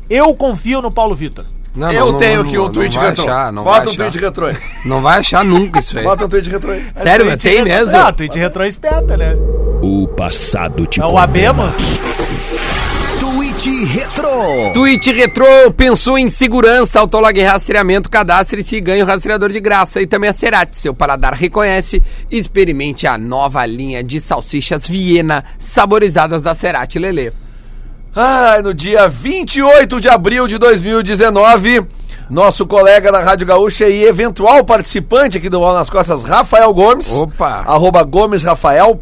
Speaker 4: Eu confio no Paulo Vitor.
Speaker 2: Não,
Speaker 3: Eu
Speaker 2: Ah, não, não,
Speaker 3: tenho
Speaker 2: não,
Speaker 3: aqui
Speaker 2: não,
Speaker 3: um tweet
Speaker 2: não vai
Speaker 3: retrô.
Speaker 2: achar, não
Speaker 3: Bota
Speaker 2: vai
Speaker 3: um tweet
Speaker 2: achar. É.
Speaker 3: retrô aí.
Speaker 2: Não vai achar nunca isso aí.
Speaker 3: Bota um tweet
Speaker 2: <laughs>
Speaker 3: retrô aí.
Speaker 2: Sério, mas tem
Speaker 4: retro-
Speaker 2: mesmo?
Speaker 4: Não, tweet retrô é esperta, né?
Speaker 1: O passado te
Speaker 4: É o
Speaker 1: conta.
Speaker 4: Abemos.
Speaker 5: Tweet
Speaker 3: um
Speaker 5: Retro.
Speaker 2: Tweet Retro pensou em segurança, autolog e rastreamento, cadastre-se e ganhe o rastreador de graça. E também a Cerati, seu paladar reconhece. Experimente a nova linha de salsichas Viena, saborizadas da Cerati Lelê.
Speaker 3: Ah, no dia 28 de abril de 2019, nosso colega da Rádio Gaúcha e eventual participante aqui do Bola nas Costas, Rafael Gomes.
Speaker 2: Opa.
Speaker 3: Arroba Gomes Rafael,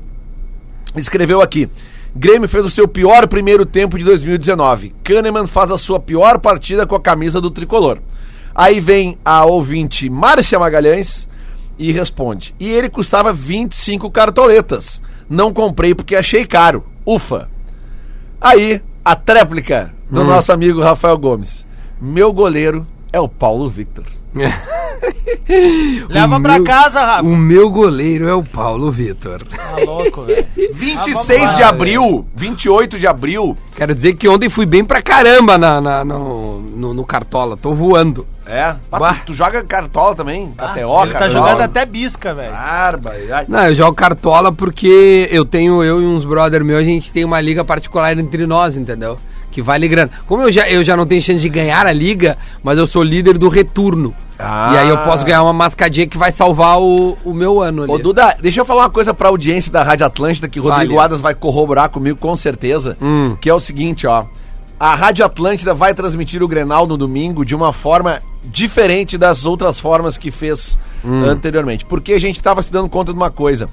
Speaker 3: escreveu aqui. Grêmio fez o seu pior primeiro tempo de 2019. Kahneman faz a sua pior partida com a camisa do tricolor. Aí vem a ouvinte Márcia Magalhães e responde: E ele custava 25 cartoletas. Não comprei porque achei caro. Ufa. Aí, a tréplica do nosso amigo Rafael Gomes. Meu goleiro é o Paulo Victor.
Speaker 2: <laughs>
Speaker 4: Leva
Speaker 2: O
Speaker 4: pra
Speaker 2: meu-
Speaker 4: casa, Rafa.
Speaker 2: O meu goleiro é o Paulo Vitor.
Speaker 4: Tá louco, velho.
Speaker 3: 26
Speaker 4: Ah, lá,
Speaker 3: de abril, 28 de abril.
Speaker 2: Quero dizer que ontem fui bem pra caramba na, na- no, no- no Cartola, tô voando.
Speaker 3: É.
Speaker 2: Bah.
Speaker 3: tu, tu joga cartola também? KTO,
Speaker 4: Ele tá jogando até bisca,
Speaker 2: Ah,
Speaker 4: velho.
Speaker 3: Barbaridade.
Speaker 2: Não, eu jogo Cartola porque eu tenho, eu e uns brother meus, a gente tem uma liga particular entre nós, entendeu? Que vale grana. Como eu já, eu já não tenho chance de ganhar a liga, mas eu sou líder do retorno.
Speaker 3: Ah.
Speaker 2: E aí eu posso ganhar uma mascadinha que vai salvar o, o meu ano ali.
Speaker 3: Ô, Duda, deixa eu falar uma coisa pra audiência da Rádio Atlântida que o Rodrigo
Speaker 2: Vale.
Speaker 3: Adas vai corroborar comigo com certeza.
Speaker 2: Hum.
Speaker 3: Que é o seguinte, ó. A Rádio Atlântida vai transmitir o Grenal no domingo de uma forma diferente das outras formas que fez
Speaker 2: Hum.
Speaker 3: anteriormente. Porque a gente tava se dando conta de uma coisa.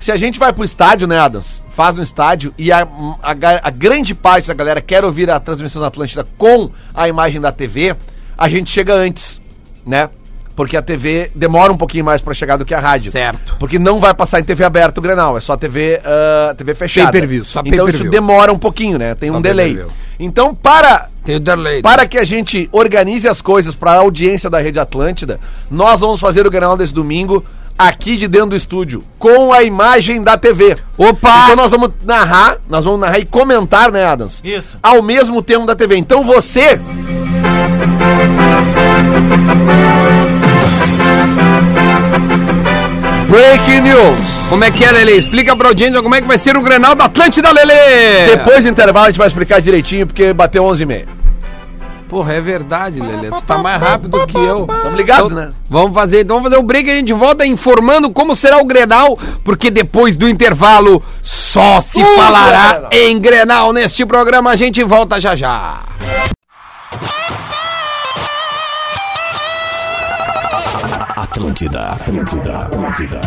Speaker 3: Se a gente vai pro estádio, né, Adams? Faz no estádio e a, a ga- a grande parte da galera quer ouvir a transmissão da Atlântida com a imagem da TV, a gente chega antes, né? Porque a TV demora um pouquinho mais pra chegar do que a rádio.
Speaker 2: Certo.
Speaker 3: Porque não vai passar em TV aberta o Grenal, é só TV, ah, TV fechada.
Speaker 2: Pay-per-view, só
Speaker 3: Então
Speaker 2: pay-per-view.
Speaker 3: isso demora um pouquinho, né? Tem
Speaker 2: Só
Speaker 3: um delay.
Speaker 2: pay-per-view.
Speaker 3: Então, para
Speaker 2: Tem o delay.
Speaker 3: para que a gente organize as coisas para a audiência da Rede Atlântida, nós vamos fazer o Grenal desse domingo aqui de dentro do estúdio, com a imagem da TV.
Speaker 2: Opa!
Speaker 3: Então nós vamos narrar, nós vamos narrar e comentar, né, Adams?
Speaker 4: Isso.
Speaker 3: Ao mesmo tempo da TV. Então você Breaking news.
Speaker 2: Como é que é, Lele? Explica pra audiência como é que vai ser o Grenal da Atlântida, Lele!
Speaker 3: Depois do intervalo a gente vai explicar direitinho, porque bateu 11h30.
Speaker 2: Porra, é verdade, Lelê. Tu tá mais rápido que eu. Tamo
Speaker 3: ligado, né?
Speaker 2: Então, Vamos fazer, então vamos fazer um break e a gente volta informando como será o Grenal, porque depois do intervalo só se
Speaker 3: Tudo é
Speaker 2: falará
Speaker 3: Grenal.
Speaker 2: em Grenal neste programa. A gente volta já já.
Speaker 1: Atlântida, Atlântida, Atlântida.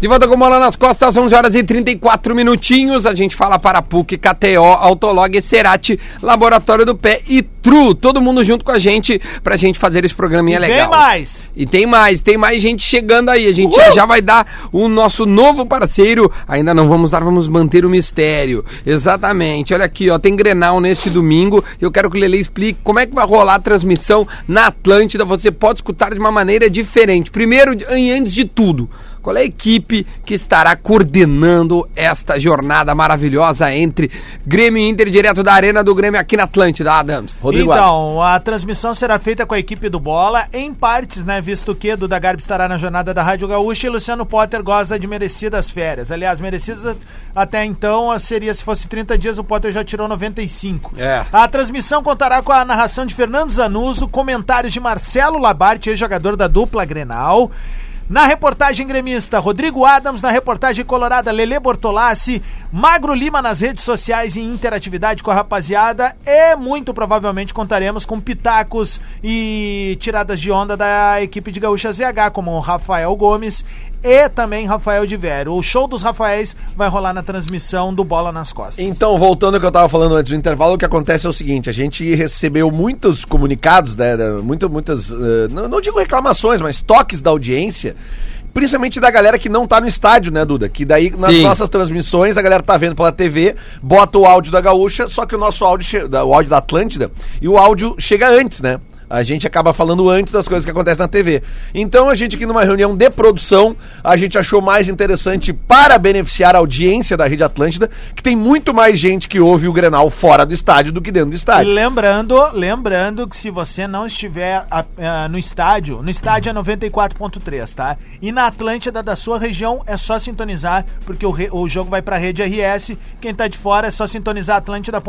Speaker 2: De volta com bola nas costas, 11 horas e 34 minutinhos. A gente fala para PUC, KTO, Autolog, Cerati, Laboratório do Pé e Tru. Todo mundo junto com a gente pra gente fazer esse programinha
Speaker 4: Tem
Speaker 2: legal.
Speaker 4: mais.
Speaker 2: E tem mais, tem mais gente chegando aí. A gente já vai dar o nosso novo parceiro. Ainda não vamos dar, vamos manter o mistério. Exatamente. Olha aqui, ó, tem Grenal neste domingo. Eu quero que o Lele explique como é que vai rolar a transmissão na Atlântida. Você pode escutar de uma maneira diferente. Primeiro e antes de tudo, qual é a equipe que estará coordenando esta jornada maravilhosa entre Grêmio e Inter direto da Arena do Grêmio aqui na Atlântida, Adams?
Speaker 3: Rodrigo Adams.
Speaker 4: Então, a transmissão será feita com a equipe do Bola, em partes, né? Visto que Duda Garbi estará na jornada da Rádio Gaúcha e Luciano Potter goza de merecidas férias. Aliás, merecidas até então seria se fosse 30 dias, o Potter já tirou 95.
Speaker 2: É.
Speaker 4: A transmissão contará com a narração de Fernando Zanuso, comentários de Marcelo Labarte, ex-jogador da dupla Grenal. Na reportagem gremista, Rodrigo Adams, na reportagem colorada, Lele Bortolassi, Magro Lima nas redes sociais e interatividade com a rapaziada. E muito provavelmente contaremos com pitacos e tiradas de onda da equipe de Gaúcha ZH, como o Rafael Gomes e também Rafael de Vero. O show dos Rafaéis vai rolar na transmissão do Bola nas Costas.
Speaker 3: Então, voltando ao que eu tava falando antes do intervalo, o que acontece é o seguinte, a gente recebeu muitos comunicados, né, da- muito, muitas, eh, não, não digo reclamações, mas toques da audiência, principalmente da galera que não tá no estádio, né, Duda? Que daí, nas
Speaker 2: Sim.
Speaker 3: nossas transmissões, a galera tá vendo pela TV, bota o áudio da gaúcha, só que o nosso áudio, che- da- o áudio da Atlântida, e o áudio chega antes, né? A gente acaba falando antes das coisas que acontecem na TV. Então, a gente aqui numa reunião de produção, a gente achou mais interessante para beneficiar a audiência da Rede Atlântida, que tem muito mais gente que ouve o Grenal fora do estádio do que dentro do
Speaker 4: E
Speaker 3: estádio.
Speaker 4: lembrando, lembrando que se você não estiver ah, ah, no estádio, no estádio é 94.3, tá? E na Atlântida da sua região é só sintonizar, porque o, re- o jogo vai pra rede RS. Quem tá de fora é só sintonizar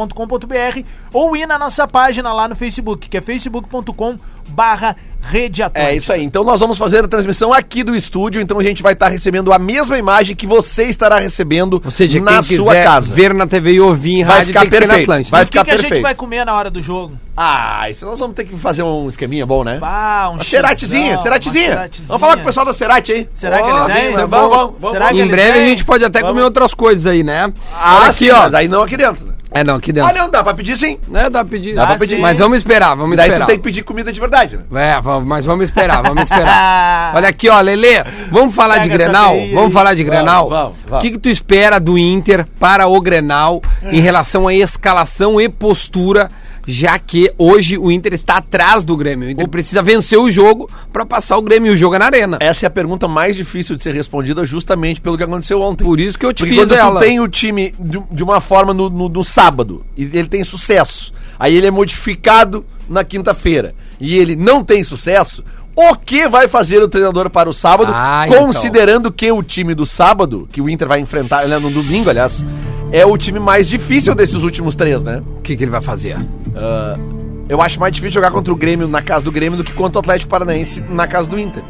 Speaker 4: atlântida.com.br ou ir na nossa página lá no Facebook, que é facebook.com barra rede Atlântida.
Speaker 3: É isso aí. Então nós vamos fazer a transmissão aqui do estúdio. Então a gente vai estar recebendo a mesma imagem que você estará recebendo
Speaker 2: Ou seja,
Speaker 3: na
Speaker 2: quem
Speaker 3: sua
Speaker 2: quiser
Speaker 3: casa.
Speaker 2: ver na TV e ouvir em
Speaker 3: Vai
Speaker 2: rádio
Speaker 3: ficar
Speaker 2: tem que ser na
Speaker 3: perfeito.
Speaker 2: Atlântida.
Speaker 3: Vai
Speaker 4: O que,
Speaker 3: ficar
Speaker 4: que a gente
Speaker 3: tá perfeito.
Speaker 4: vai comer na hora do jogo?
Speaker 3: Ah, isso nós vamos ter que fazer um esqueminha bom, né?
Speaker 4: Ah, um
Speaker 3: Uma Ceratizinha,
Speaker 4: xizão,
Speaker 3: Ceratizinha.
Speaker 4: uma
Speaker 3: Vamos falar com o pessoal da Cerati aí.
Speaker 4: Será que
Speaker 2: Ó,
Speaker 4: eles vêm?
Speaker 2: isso é
Speaker 3: bom.
Speaker 4: Será que
Speaker 2: Em
Speaker 4: eles
Speaker 2: breve a
Speaker 4: vêm?
Speaker 2: gente pode até comer outras coisas aí, né?
Speaker 3: Ah,
Speaker 2: Olha
Speaker 3: aqui,
Speaker 2: aqui,
Speaker 3: sim, ó.
Speaker 2: ó.
Speaker 3: Mas aí não aqui dentro. né?
Speaker 2: É, não, aqui
Speaker 3: Ah,
Speaker 2: dentro.
Speaker 3: não, dá pra pedir sim.
Speaker 2: É, dá pra pedir.
Speaker 4: Dá pra pedir.
Speaker 2: Mas vamos esperar, vamos
Speaker 3: Daí
Speaker 2: esperar.
Speaker 3: tu tem que pedir comida de verdade, né?
Speaker 2: É, vamos, mas vamos esperar, vamos
Speaker 3: <laughs>
Speaker 2: esperar. Olha aqui, ó, Lelê, vamos falar de
Speaker 4: Pega essa
Speaker 2: Grenal?
Speaker 4: daí aí.
Speaker 2: Vamos falar de
Speaker 3: Vamos,
Speaker 2: Grenal?
Speaker 3: vamos, vamos.
Speaker 2: O que, que tu espera do Inter para o Grenal em relação à escalação e postura, já que hoje o Inter está atrás do Grêmio. O Inter precisa vencer o jogo para passar o Grêmio. O jogo é na arena.
Speaker 3: Essa é a pergunta mais difícil de ser respondida justamente pelo que aconteceu ontem.
Speaker 2: Por isso que eu te
Speaker 3: Porque
Speaker 2: fiz
Speaker 3: quando
Speaker 2: ela.
Speaker 3: tu tem um, o time de, de uma forma no, no- no sábado e ele tem sucesso, aí ele é modificado na quinta-feira e ele não tem sucesso, o que vai fazer o treinador para o sábado,
Speaker 2: Ah, então.
Speaker 3: considerando que o time do sábado, que o Inter vai enfrentar né, no domingo, aliás, é o time mais difícil desses últimos três, né?
Speaker 2: O que, que ele vai fazer?
Speaker 3: Ah, eu acho mais difícil jogar contra o Grêmio na casa do Grêmio do que contra o Atlético Paranaense na casa do Inter.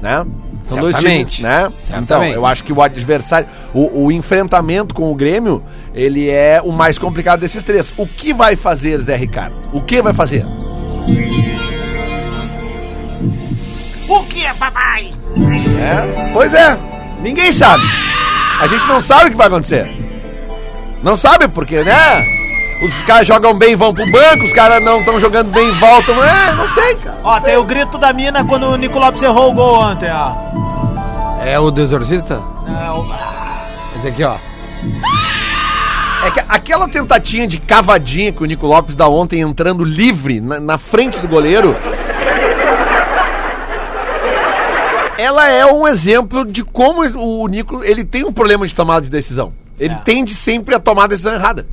Speaker 3: Né? São dois
Speaker 2: Certamente.
Speaker 3: times, né? Então,
Speaker 2: Certamente.
Speaker 3: eu acho que o adversário, o, o enfrentamento com o Grêmio, ele é o mais complicado desses três. O que vai fazer Zé Ricardo? O que vai fazer?
Speaker 4: O que é papai?
Speaker 3: É? Pois é. Ninguém sabe. A gente não sabe o que vai acontecer. Não sabe porque, né? Os caras jogam bem, vão pro banco, os caras não estão jogando bem, voltam. É, não sei, cara.
Speaker 4: Ó, tem o grito da mina quando o Nico Lopes errou o gol ontem, ó.
Speaker 2: É o desorcista?
Speaker 4: É, o-
Speaker 2: Esse aqui, ó.
Speaker 3: É que aquela tentatinha de cavadinha que o Nico Lopes dá ontem entrando livre na, na frente do goleiro. Ela é um exemplo de como o Nico ele tem um problema de tomada de decisão. Ele
Speaker 4: É.
Speaker 3: tende sempre a tomar a decisão errada.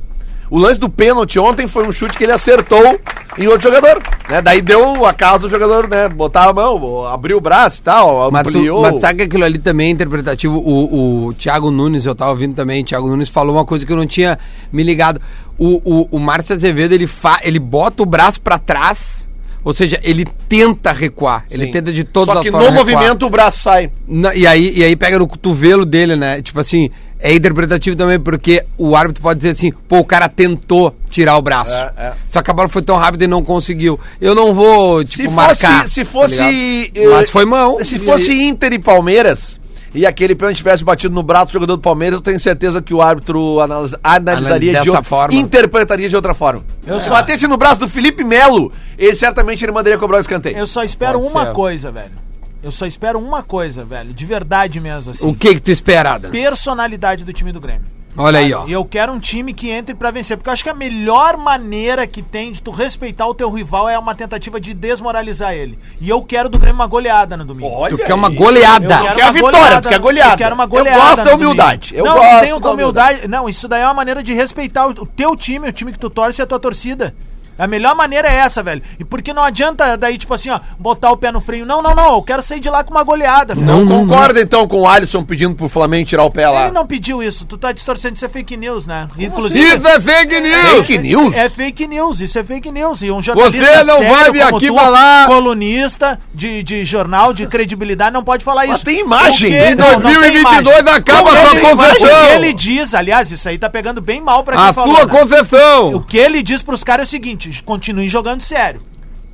Speaker 3: O lance do pênalti ontem foi um chute que ele acertou em outro jogador. né? Daí deu a casa do jogador, né? Botar a mão, abriu o braço e tal,
Speaker 2: Mas, tu,
Speaker 3: ampliou.
Speaker 2: mas sabe que aquilo ali também é interpretativo? O, o Thiago Nunes, eu tava ouvindo também, o Thiago Nunes falou uma coisa que eu não tinha me ligado. O, o, o Márcio Azevedo, ele, fa, ele bota o braço pra trás, ou seja, ele tenta recuar. Ele
Speaker 3: Sim.
Speaker 2: tenta de todas
Speaker 3: Só
Speaker 2: as
Speaker 3: que
Speaker 2: formas
Speaker 3: no
Speaker 2: recuar.
Speaker 3: movimento o braço sai.
Speaker 2: Na- e, aí, e aí pega no cotovelo dele, né? Tipo assim, é interpretativo também, porque o árbitro pode dizer assim, pô, o cara tentou tirar o braço.
Speaker 3: É, é.
Speaker 2: Só que a bola foi tão rápida e não conseguiu. Eu não vou, tipo,
Speaker 3: se
Speaker 2: marcar.
Speaker 3: Fosse, se
Speaker 2: tá
Speaker 3: fosse.
Speaker 2: ligado?
Speaker 3: eh,
Speaker 2: Mas foi mão.
Speaker 3: Se fosse Inter e Palmeiras, e aquele pênalti tivesse batido no braço do jogador do Palmeiras, eu tenho certeza que o árbitro analis- analisaria
Speaker 2: Analisa
Speaker 3: de outra
Speaker 2: dessa forma.
Speaker 3: interpretaria de outra forma.
Speaker 4: Eu
Speaker 3: Se
Speaker 4: só-
Speaker 3: batesse no braço do Felipe Melo, ele certamente ele mandaria cobrar o escanteio.
Speaker 4: Eu só espero
Speaker 2: Pode
Speaker 4: uma
Speaker 2: ser.
Speaker 4: coisa, velho. Eu só espero uma coisa, velho. De verdade mesmo, assim.
Speaker 2: O que que tu espera, Adams?
Speaker 4: Personalidade do time do Grêmio.
Speaker 2: Olha aí, ó.
Speaker 4: E eu quero um time que entre pra vencer, porque eu acho que a melhor maneira que tem de tu respeitar o teu rival é uma tentativa de desmoralizar ele. E eu quero do Grêmio uma goleada no domingo.
Speaker 3: Olha
Speaker 2: Tu quer uma
Speaker 3: aí.
Speaker 4: Eu
Speaker 2: goleada.
Speaker 4: quero
Speaker 3: quer é a
Speaker 4: uma
Speaker 3: vitória, tu quer goleada.
Speaker 4: Eu quero uma
Speaker 3: Eu
Speaker 4: goleada.
Speaker 3: gosto da
Speaker 4: no
Speaker 3: humildade,
Speaker 4: domingo.
Speaker 3: eu
Speaker 4: não,
Speaker 3: gosto
Speaker 4: não tenho
Speaker 3: da
Speaker 4: como humildade. Não, isso daí é uma maneira de respeitar o, o teu time, o time que tu torce e a tua torcida. A melhor maneira é essa, velho. E porque não adianta daí, tipo assim, ó, botar o pé no freio. Não, não, não. Eu quero sair de lá com uma goleada. velho.
Speaker 3: Não, concorda então com o Alisson pedindo pro Flamengo tirar o pé lá?
Speaker 4: Ele não pediu isso. Tu tá distorcendo. Isso é fake news, né?
Speaker 3: assim,
Speaker 4: Inclusive.
Speaker 2: Isso é fake news!
Speaker 3: Fake news?
Speaker 4: É fake news, isso é fake news. E um
Speaker 2: Você não vai vir
Speaker 4: como
Speaker 2: aqui
Speaker 4: tu,
Speaker 2: falar-
Speaker 4: colunista de, de jornal, de credibilidade, não pode falar
Speaker 3: Mas
Speaker 4: isso.
Speaker 3: tem imagem.
Speaker 4: Porque-
Speaker 3: Em
Speaker 4: não, não tem
Speaker 2: 2022
Speaker 4: imagem.
Speaker 2: acaba
Speaker 4: Não,
Speaker 2: a sua
Speaker 4: ele-
Speaker 2: concessão.
Speaker 4: O que ele diz, aliás, isso aí tá pegando bem mal pra quem
Speaker 2: A
Speaker 4: falou,
Speaker 2: tua
Speaker 4: né? O
Speaker 2: concessão!
Speaker 4: que ele diz pros caras é o seguinte, continuem jogando sério.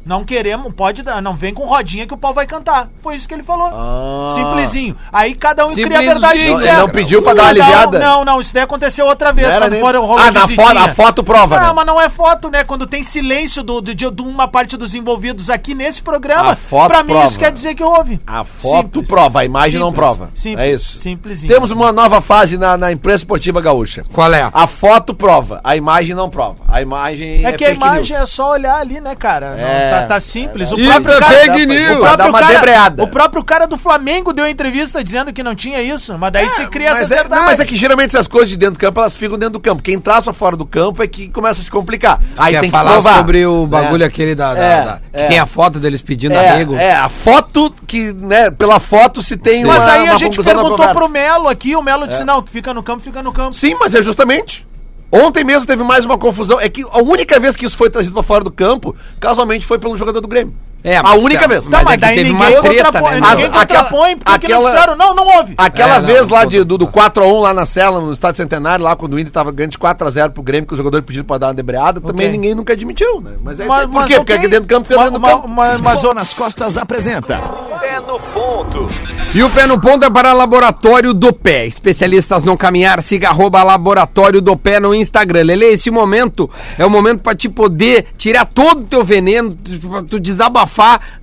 Speaker 4: Não queremos, pode dar, não vem com rodinha que o pau vai cantar. Foi isso que ele falou. Simplesinho. Aí cada um cria a verdade
Speaker 2: Ah. Simplesinho. É,
Speaker 4: que
Speaker 3: Ele
Speaker 4: quer.
Speaker 3: não pediu pra dar uma
Speaker 4: Cada um-
Speaker 3: aliviada?
Speaker 4: Não, não, isso daí aconteceu outra vez,
Speaker 3: Não era
Speaker 4: quando
Speaker 3: nem-
Speaker 4: foram rolar
Speaker 3: Ah, na
Speaker 4: visitinha.
Speaker 3: foto- a foto prova,
Speaker 4: Não,
Speaker 3: né?
Speaker 4: mas não é foto, né? Quando tem silêncio do, do- de, de uma parte dos envolvidos aqui nesse programa,
Speaker 3: A foto
Speaker 4: pra mim isso
Speaker 3: prova.
Speaker 4: quer dizer que houve.
Speaker 3: A foto prova, a imagem não prova.
Speaker 4: Simples,
Speaker 3: é isso.
Speaker 4: Simplesinho.
Speaker 3: Temos uma nova fase na, na imprensa esportiva gaúcha.
Speaker 2: Qual é?
Speaker 3: A foto prova, a imagem não prova. A imagem
Speaker 4: É que a
Speaker 3: fake
Speaker 4: imagem
Speaker 3: news.
Speaker 4: é só olhar ali, né, cara? Não,
Speaker 3: É.
Speaker 4: tá, tá simples.
Speaker 2: Isso é fake news.
Speaker 4: O
Speaker 3: Pra dar
Speaker 4: próprio,
Speaker 3: uma
Speaker 4: cara,
Speaker 3: debreada.
Speaker 4: o próprio cara do Flamengo deu entrevista dizendo que não tinha isso, mas daí se cria
Speaker 3: mas
Speaker 4: essa
Speaker 3: é, não, mas é que geralmente essas coisas de dentro do campo, elas ficam dentro do campo. Quem traz pra fora do campo é que começa a se complicar. Aí
Speaker 2: Quer
Speaker 3: tem que
Speaker 2: falar
Speaker 3: provar,
Speaker 2: sobre o
Speaker 3: né?
Speaker 2: bagulho aquele da, da-
Speaker 3: É,
Speaker 2: da- que
Speaker 3: é.
Speaker 2: tem a foto deles pedindo arrego.
Speaker 3: É, é, a foto que, né, pela foto se tem
Speaker 4: Mas aí a
Speaker 3: uma
Speaker 4: gente
Speaker 3: conclusão da É.
Speaker 4: perguntou
Speaker 3: conversa.
Speaker 4: pro Melo aqui, o Melo disse, não, tu fica no campo, fica no campo.
Speaker 3: Sim, mas é justamente. Ontem mesmo teve mais uma confusão. É que a única vez que isso foi trazido pra fora do campo, casualmente foi pelo jogador do Grêmio. a
Speaker 2: mas-
Speaker 3: única vez.
Speaker 2: Tá, mas,
Speaker 4: mas
Speaker 2: é que
Speaker 4: daí
Speaker 2: teve
Speaker 4: ninguém
Speaker 2: uma treta,
Speaker 4: contrapõe,
Speaker 2: né?
Speaker 4: ninguém
Speaker 2: Mas-
Speaker 3: Mas aquela-
Speaker 4: contrapõe, porque que não
Speaker 3: aquela-
Speaker 4: disseram, não, não houve.
Speaker 3: Aquela
Speaker 2: É, não,
Speaker 3: vez lá
Speaker 2: todo
Speaker 3: de- do, do
Speaker 2: mundo
Speaker 3: 4x1 lá na cela, no estádio centenário, lá quando o Inter tava ganhando de 4x0 pro Grêmio, que os jogadores pediram pra dar uma debreada, também ninguém nunca admitiu, né? Mas é isso aí. Por quê? Porque
Speaker 4: ok.
Speaker 3: aqui dentro do campo fica
Speaker 4: Ma-
Speaker 3: dentro do
Speaker 4: ma-
Speaker 3: campo.
Speaker 4: ma- mas o-
Speaker 6: nas Costas apresenta.
Speaker 2: E o pé no ponto é para Laboratório do Pé. Especialistas no caminhar, siga arroba Laboratório do Pé no Instagram. Lele, esse momento é o momento para te poder tirar todo o teu veneno, tipo, pra tu desabafar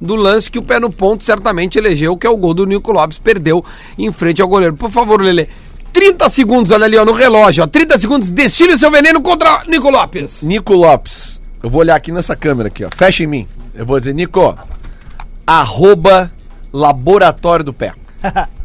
Speaker 2: do lance que o pé no ponto certamente elegeu, que é o gol do Nico Lopes, perdeu em frente ao goleiro. Por favor, Lele, 30 segundos, olha ali ó, no relógio, ó, 30 segundos, destile o seu veneno contra Nico Lopes.
Speaker 3: Nico Lopes, eu vou olhar aqui nessa câmera aqui, ó. Fecha em mim. Eu vou dizer, Nico, arroba Laboratório do Pé.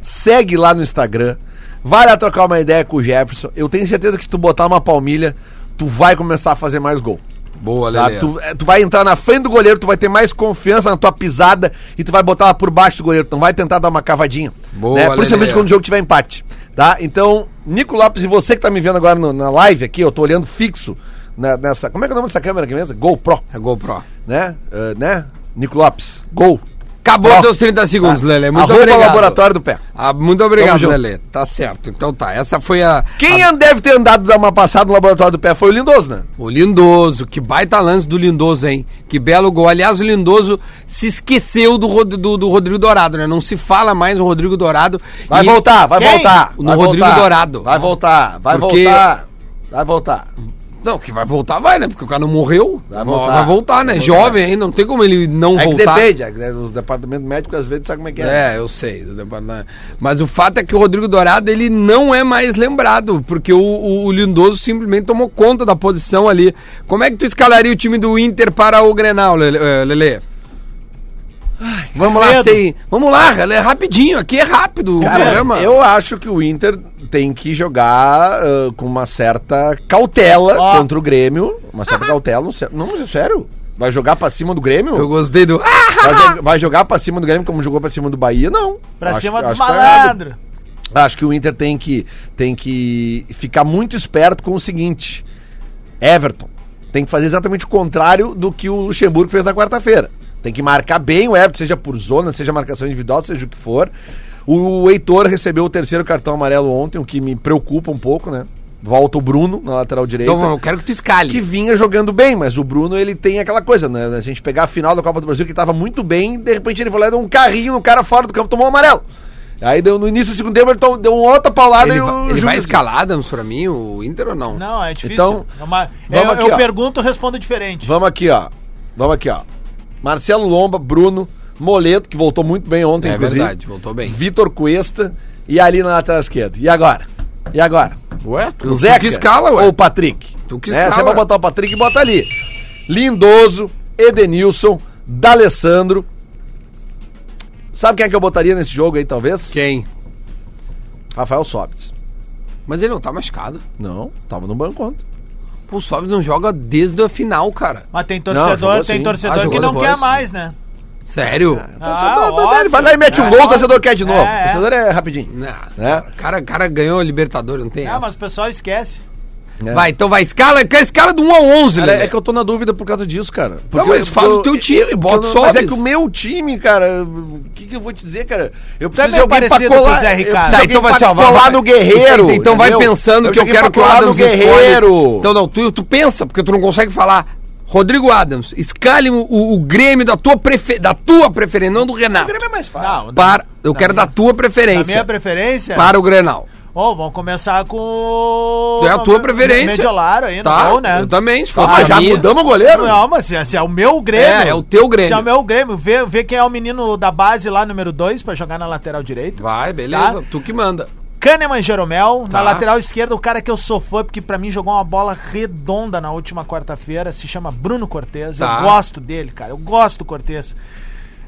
Speaker 3: Segue lá no Instagram. Vai lá trocar uma ideia com o Jefferson. Eu tenho certeza que se tu botar uma palmilha, tu vai começar a fazer mais gol.
Speaker 2: Boa,
Speaker 3: Tá? Tu, é, tu vai entrar na frente do goleiro, tu vai ter mais confiança na tua pisada e tu vai botar ela por baixo do goleiro. Tu não vai tentar dar uma cavadinha.
Speaker 2: Boa,
Speaker 3: né? Principalmente
Speaker 2: Lelê.
Speaker 3: quando o jogo tiver empate. Tá? Então, Nico Lopes, e você que tá me vendo agora no- na live aqui, eu tô olhando fixo na- nessa. Como é que é o nome dessa câmera aqui mesmo? GoPro,
Speaker 2: É GoPro.
Speaker 3: né? Eh, né? Nico Lopes, Gol.
Speaker 2: Acabou
Speaker 3: Ó. tá.
Speaker 2: teus 30 segundos, Lele. Muito
Speaker 3: Arroba
Speaker 2: obrigado.
Speaker 3: Laboratório do Pé.
Speaker 2: Ah, muito obrigado,
Speaker 3: Tamo junto.
Speaker 2: Lelê. Tá certo. Então tá, essa foi a.
Speaker 3: Quem é?
Speaker 2: a-
Speaker 3: an- deve ter andado dar uma passada no Laboratório do Pé foi o Lindoso, né?
Speaker 2: O Lindoso, que baita lance do Lindoso, hein? Que belo gol. Aliás, o Lindoso se esqueceu do, Rod- do, do Rodrigo Dourado, né? Não se fala mais no Rodrigo Dourado.
Speaker 3: Vai
Speaker 2: E-
Speaker 3: voltar, vai
Speaker 4: Quem?
Speaker 3: voltar.
Speaker 2: No
Speaker 3: vai
Speaker 2: Rodrigo
Speaker 3: voltar.
Speaker 2: Dourado.
Speaker 3: Vai voltar, vai
Speaker 2: Porque-
Speaker 3: voltar. Vai voltar.
Speaker 2: Não, que vai voltar, vai, né? Porque o cara não morreu.
Speaker 3: Vai voltar.
Speaker 2: Vai voltar, né?
Speaker 3: Vai voltar.
Speaker 2: Jovem, hein? Não tem como ele não
Speaker 3: É que
Speaker 2: voltar.
Speaker 3: depende, é que, né, os departamentos médicos às vezes sabe como é que
Speaker 2: É,
Speaker 3: é.
Speaker 2: eu sei. do departamento. Mas o fato é que o Rodrigo Dourado ele não é mais lembrado, porque o, o- o Lindoso simplesmente tomou conta da posição ali. Como é que tu escalaria o time do Inter para o Grenal, Lele? eh, Lele? Vamos lá,
Speaker 4: medo.
Speaker 2: sei. Vamos lá, Lele, é rapidinho, aqui é rápido o
Speaker 3: Cara,
Speaker 2: programa.
Speaker 3: eu acho que o Inter tem que jogar ah, com uma certa cautela
Speaker 4: Ó.
Speaker 3: contra o Grêmio. Uma certa cautela, não, sei- não, mas é sério. Vai jogar pra cima do Grêmio?
Speaker 2: Eu gostei do. Ah!
Speaker 3: Vai, jo- vai jogar pra cima do Grêmio como jogou pra cima do Bahia? Não.
Speaker 4: Pra
Speaker 3: Acho-
Speaker 4: cima dos
Speaker 3: acho que tá errado.
Speaker 4: malandros.
Speaker 3: Acho que o Inter tem que, tem que ficar muito esperto com o seguinte: Everton tem que fazer exatamente o contrário do que o Luxemburgo fez na quarta-feira. Tem que marcar bem o Everton, seja por zona, seja marcação individual, seja o que for. O Heitor recebeu o terceiro cartão amarelo ontem, o que me preocupa um pouco, né? Volta o Bruno na lateral direita.
Speaker 2: Então vamos, eu quero que tu escale.
Speaker 3: que vinha jogando bem, mas o Bruno ele tem aquela coisa, né? A gente pegar a final da Copa do Brasil que tava muito bem, de repente ele foi lá e deu um carrinho no cara fora do campo, tomou um amarelo. Aí deu, no início do segundo tempo ele tom- deu uma outra paulada
Speaker 2: Ele,
Speaker 3: e o
Speaker 2: va- ele
Speaker 3: Júnior-
Speaker 2: vai escalar, Adams, pra mim, o Inter ou não?
Speaker 4: Não, é difícil.
Speaker 3: Então,
Speaker 4: É uma-
Speaker 3: vamos
Speaker 4: eu,
Speaker 3: aqui,
Speaker 4: eu
Speaker 3: ó.
Speaker 4: pergunto, respondo diferente.
Speaker 3: Vamos aqui, ó. Vamos aqui, ó. Marcelo Lomba, Bruno, Moleto, que voltou muito bem ontem,
Speaker 2: É
Speaker 3: inclusive.
Speaker 2: verdade, voltou bem.
Speaker 3: Vitor Cuesta e ali na lateral esquerda. E agora? E agora?
Speaker 2: Ué, tu,
Speaker 3: O
Speaker 2: tu
Speaker 3: Zeca
Speaker 2: que escala, ué.
Speaker 3: ou o Patrick?
Speaker 2: Tu que
Speaker 3: Né?
Speaker 2: escala.
Speaker 3: Você vai botar o Patrick e bota ali. Lindoso, Edenilson, D'Alessandro. Sabe quem é que eu botaria nesse jogo aí, talvez?
Speaker 2: Quem?
Speaker 3: Rafael Sobis.
Speaker 2: Mas ele não tá machucado.
Speaker 3: Não, tava no banco ontem.
Speaker 2: Pô, O Sobs não joga desde a final, cara.
Speaker 4: Mas tem
Speaker 3: Não,
Speaker 4: torcedor,
Speaker 3: jogou
Speaker 4: tem
Speaker 3: sim.
Speaker 2: Ah,
Speaker 4: torcedor
Speaker 2: jogou
Speaker 4: que não
Speaker 2: depois,
Speaker 4: quer
Speaker 2: sim.
Speaker 4: mais, né?
Speaker 2: Sério?
Speaker 3: Torcedor, torcedor, tá, ele
Speaker 4: Ah, óbvio.
Speaker 3: vai lá e mete
Speaker 4: É,
Speaker 3: um gol, o
Speaker 4: óbvio.
Speaker 3: torcedor quer de novo.
Speaker 4: É,
Speaker 3: o
Speaker 4: é.
Speaker 3: torcedor é rapidinho.
Speaker 2: Não.
Speaker 3: Né?
Speaker 2: O cara, o cara ganhou a Libertadores, não tem
Speaker 4: Ah,
Speaker 2: essa.
Speaker 4: mas o pessoal esquece.
Speaker 3: É.
Speaker 2: Vai, então vai, escala, quer escala do 1 ao 11,
Speaker 3: Cara,
Speaker 2: né?
Speaker 3: é que eu tô na dúvida por causa disso, cara.
Speaker 2: Não, mas
Speaker 3: eu-
Speaker 2: fala
Speaker 3: eu-
Speaker 2: do teu time,
Speaker 3: eu-
Speaker 2: bota
Speaker 3: eu não-
Speaker 2: só
Speaker 3: Mas é
Speaker 2: eles.
Speaker 3: que o meu time, cara, o que, que eu vou te dizer, cara? Eu preciso
Speaker 4: meio parecido com o
Speaker 3: eu
Speaker 4: Zé Ricardo.
Speaker 3: preciso
Speaker 4: Tá,
Speaker 3: de alguém pra
Speaker 2: então vai-
Speaker 3: colar
Speaker 2: vai-
Speaker 3: no guerreiro.
Speaker 2: Então vai
Speaker 3: entendeu?
Speaker 2: pensando
Speaker 3: Eu
Speaker 2: que eu
Speaker 3: joguei
Speaker 2: quero
Speaker 3: pra
Speaker 2: que o
Speaker 3: colar no
Speaker 2: Adams escolhe.
Speaker 3: guerreiro.
Speaker 2: Então não, tu, tu pensa, porque tu não consegue falar. Rodrigo Adams, escalhe o, o- o Grêmio da tua, prefe- da tua preferência, não do
Speaker 3: O
Speaker 2: Renato.
Speaker 3: Grêmio é mais fácil.
Speaker 4: Não,
Speaker 2: Para, eu
Speaker 4: na
Speaker 2: quero
Speaker 4: minha-
Speaker 2: da tua
Speaker 4: Na
Speaker 2: preferência
Speaker 4: minha preferência? Tá?
Speaker 2: para o Grenal.
Speaker 4: Ó, vamos começar com.
Speaker 2: É a tua preferência.
Speaker 4: Mediolaro ainda,
Speaker 2: Tá,
Speaker 4: bom, né?
Speaker 2: eu também, se for
Speaker 3: Ah,
Speaker 2: pra
Speaker 3: já
Speaker 2: mim-
Speaker 3: mudamos o goleiro?
Speaker 4: Não, mas se é, se é o meu Grêmio.
Speaker 2: É, é o teu Grêmio.
Speaker 4: Se é o meu Grêmio, vê, vê quem é o menino da base lá, número 2, pra jogar na lateral direita.
Speaker 2: Vai, beleza,
Speaker 4: Tá.
Speaker 2: tu que manda.
Speaker 4: Kahneman Jeromel,
Speaker 2: Tá.
Speaker 4: na lateral esquerda, o cara que eu sou fã, porque pra mim jogou uma bola redonda na última quarta-feira, se chama Bruno Cortez.
Speaker 2: Tá.
Speaker 4: Eu gosto dele, cara, eu gosto do Cortez.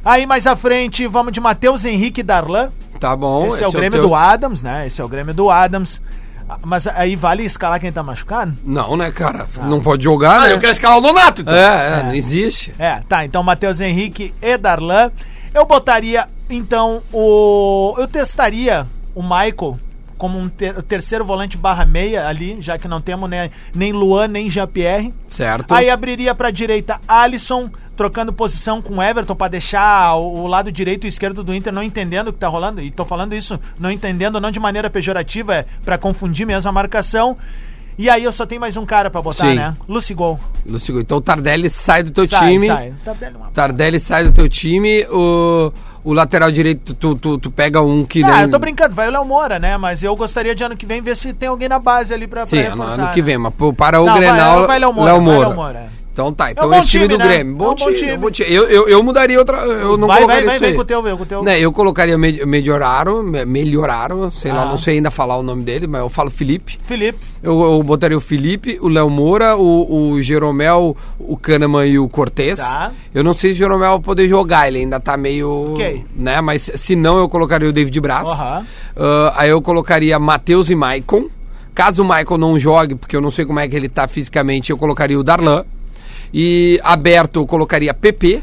Speaker 4: Aí mais à frente, vamos de Matheus Henrique e Darlan.
Speaker 2: Tá bom.
Speaker 4: Esse, é o Grêmio
Speaker 2: teu-
Speaker 4: do Adams, né? Esse é o Grêmio do Adams. Ah, Mas aí vale escalar quem tá machucado?
Speaker 2: Não, né, cara?
Speaker 4: Tá.
Speaker 2: Não pode jogar,
Speaker 4: Ah,
Speaker 2: né?
Speaker 3: escalar o Nonato,
Speaker 2: É, é, não existe.
Speaker 4: então. É, tá. Então, Matheus Henrique e Darlan. Eu botaria, então, o. Eu testaria o Michael como um ter- terceiro volante barra meia ali, já que não temos né, nem Luan, nem Jean-Pierre.
Speaker 2: Certo.
Speaker 4: Aí abriria pra direita Alisson, trocando posição com Everton pra deixar o o lado direito e esquerdo do Inter não entendendo o que tá rolando. E tô falando isso, não entendendo, não de maneira pejorativa, é pra confundir mesmo a marcação. E aí eu só tenho mais um cara pra botar,
Speaker 2: Sim.
Speaker 4: né? Lucigol.
Speaker 2: Lucigo, então o Tardelli sai do teu time.
Speaker 4: Tá dando uma-
Speaker 2: Tardelli sai do teu time. O, o lateral direito, tu, tu, tu pega um que
Speaker 4: Ah,
Speaker 2: nem...
Speaker 4: eu tô brincando, vai o Léo Moura, né? Mas eu gostaria de ano que vem ver se tem alguém na base ali pra, pra
Speaker 2: Sim, ano,
Speaker 4: reforçar,
Speaker 2: ano que
Speaker 4: né?
Speaker 2: vem, mas pô, para o
Speaker 4: Não, vai-
Speaker 2: Grenal,
Speaker 4: vai Léo Moura, vai Léo Moura, é.
Speaker 2: Então tá, então
Speaker 4: bom
Speaker 2: esse time,
Speaker 4: time,
Speaker 2: do
Speaker 4: né?
Speaker 2: Grêmio. Bom,
Speaker 4: É um bom
Speaker 2: time,
Speaker 4: time.
Speaker 2: é um bom time. Eu, eu, eu mudaria outra. Eu não
Speaker 4: Vai, vai,
Speaker 2: colocaria
Speaker 4: vai,
Speaker 2: isso
Speaker 4: vem
Speaker 2: aí.
Speaker 4: com o teu, vem com o teu.
Speaker 2: Né, eu colocaria me- Melhoraro, me- Melhoraro, sei lá,
Speaker 4: Ah.
Speaker 2: não sei ainda falar o nome dele, mas eu falo Felipe.
Speaker 4: Felipe.
Speaker 2: Eu, eu botaria o Felipe, o Léo Moura, o, o Jeromel, o Kahneman e o Cortez.
Speaker 4: Tá.
Speaker 2: Eu não sei se o Jeromel vai poder jogar, ele ainda tá meio.
Speaker 4: Ok.
Speaker 2: Né? Mas se não, eu colocaria o David Braz.
Speaker 4: Aham.
Speaker 2: Ah, aí eu colocaria Matheus e Maicon. Caso o Maicon não jogue, porque eu não sei como é que ele tá fisicamente, eu colocaria o Darlan. E aberto, eu colocaria PP,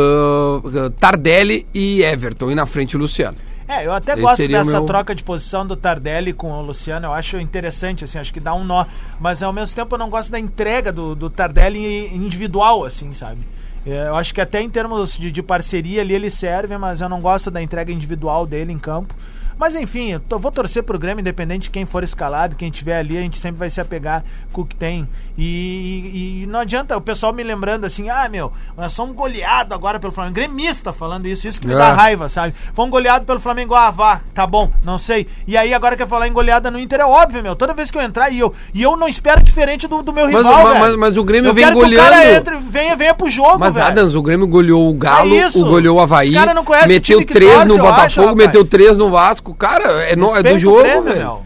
Speaker 2: ah, Tardelli e Everton. E na frente, o Luciano.
Speaker 4: É, eu até
Speaker 2: Esse
Speaker 4: gosto
Speaker 2: seria o
Speaker 4: dessa
Speaker 2: meu-
Speaker 4: troca de posição do Tardelli com o Luciano, eu acho interessante, assim, acho que dá um nó. Mas ao mesmo tempo eu não gosto da entrega do, do Tardelli individual, assim, sabe? É, Eu acho que até em termos de, de parceria ali ele serve, mas eu não gosto da entrega individual dele em campo. Mas enfim, eu tô- vou torcer pro Grêmio, independente de quem for escalado, quem tiver ali, a gente sempre vai se apegar com o que tem. E, e não adianta o pessoal me lembrando assim, ah, meu, nós somos goleado agora pelo Flamengo. Gremista falando isso, isso que me dá
Speaker 2: É.
Speaker 4: raiva raiva, sabe? Fomos goleados pelo Flamengo, ah, vá, tá bom, não sei. E aí agora quer falar em goleada no Inter, é óbvio, meu. Toda vez que eu entrar e eu, e eu não espero diferente do, do meu
Speaker 2: Mas-
Speaker 4: rival,
Speaker 2: mas-
Speaker 4: velho.
Speaker 2: mas- mas o Grêmio
Speaker 4: eu
Speaker 2: vem
Speaker 4: quero Que o cara
Speaker 2: goleando.
Speaker 4: entre, venha, venha pro jogo,
Speaker 2: Mas
Speaker 4: velho.
Speaker 2: Adams, o Grêmio goleou o Galo,
Speaker 4: É isso.
Speaker 2: o goleou o Havaí,
Speaker 4: Os cara não conhecem o
Speaker 2: meteu
Speaker 4: time que
Speaker 2: três
Speaker 4: torce,
Speaker 2: no
Speaker 4: eu acho,
Speaker 2: Botafogo,
Speaker 4: rapaz.
Speaker 2: meteu três no Vasco. Cara, é, no- é
Speaker 4: Respeita
Speaker 2: do
Speaker 4: o
Speaker 2: jogo,
Speaker 4: Grêmio,
Speaker 2: velho. É
Speaker 4: meu.
Speaker 2: do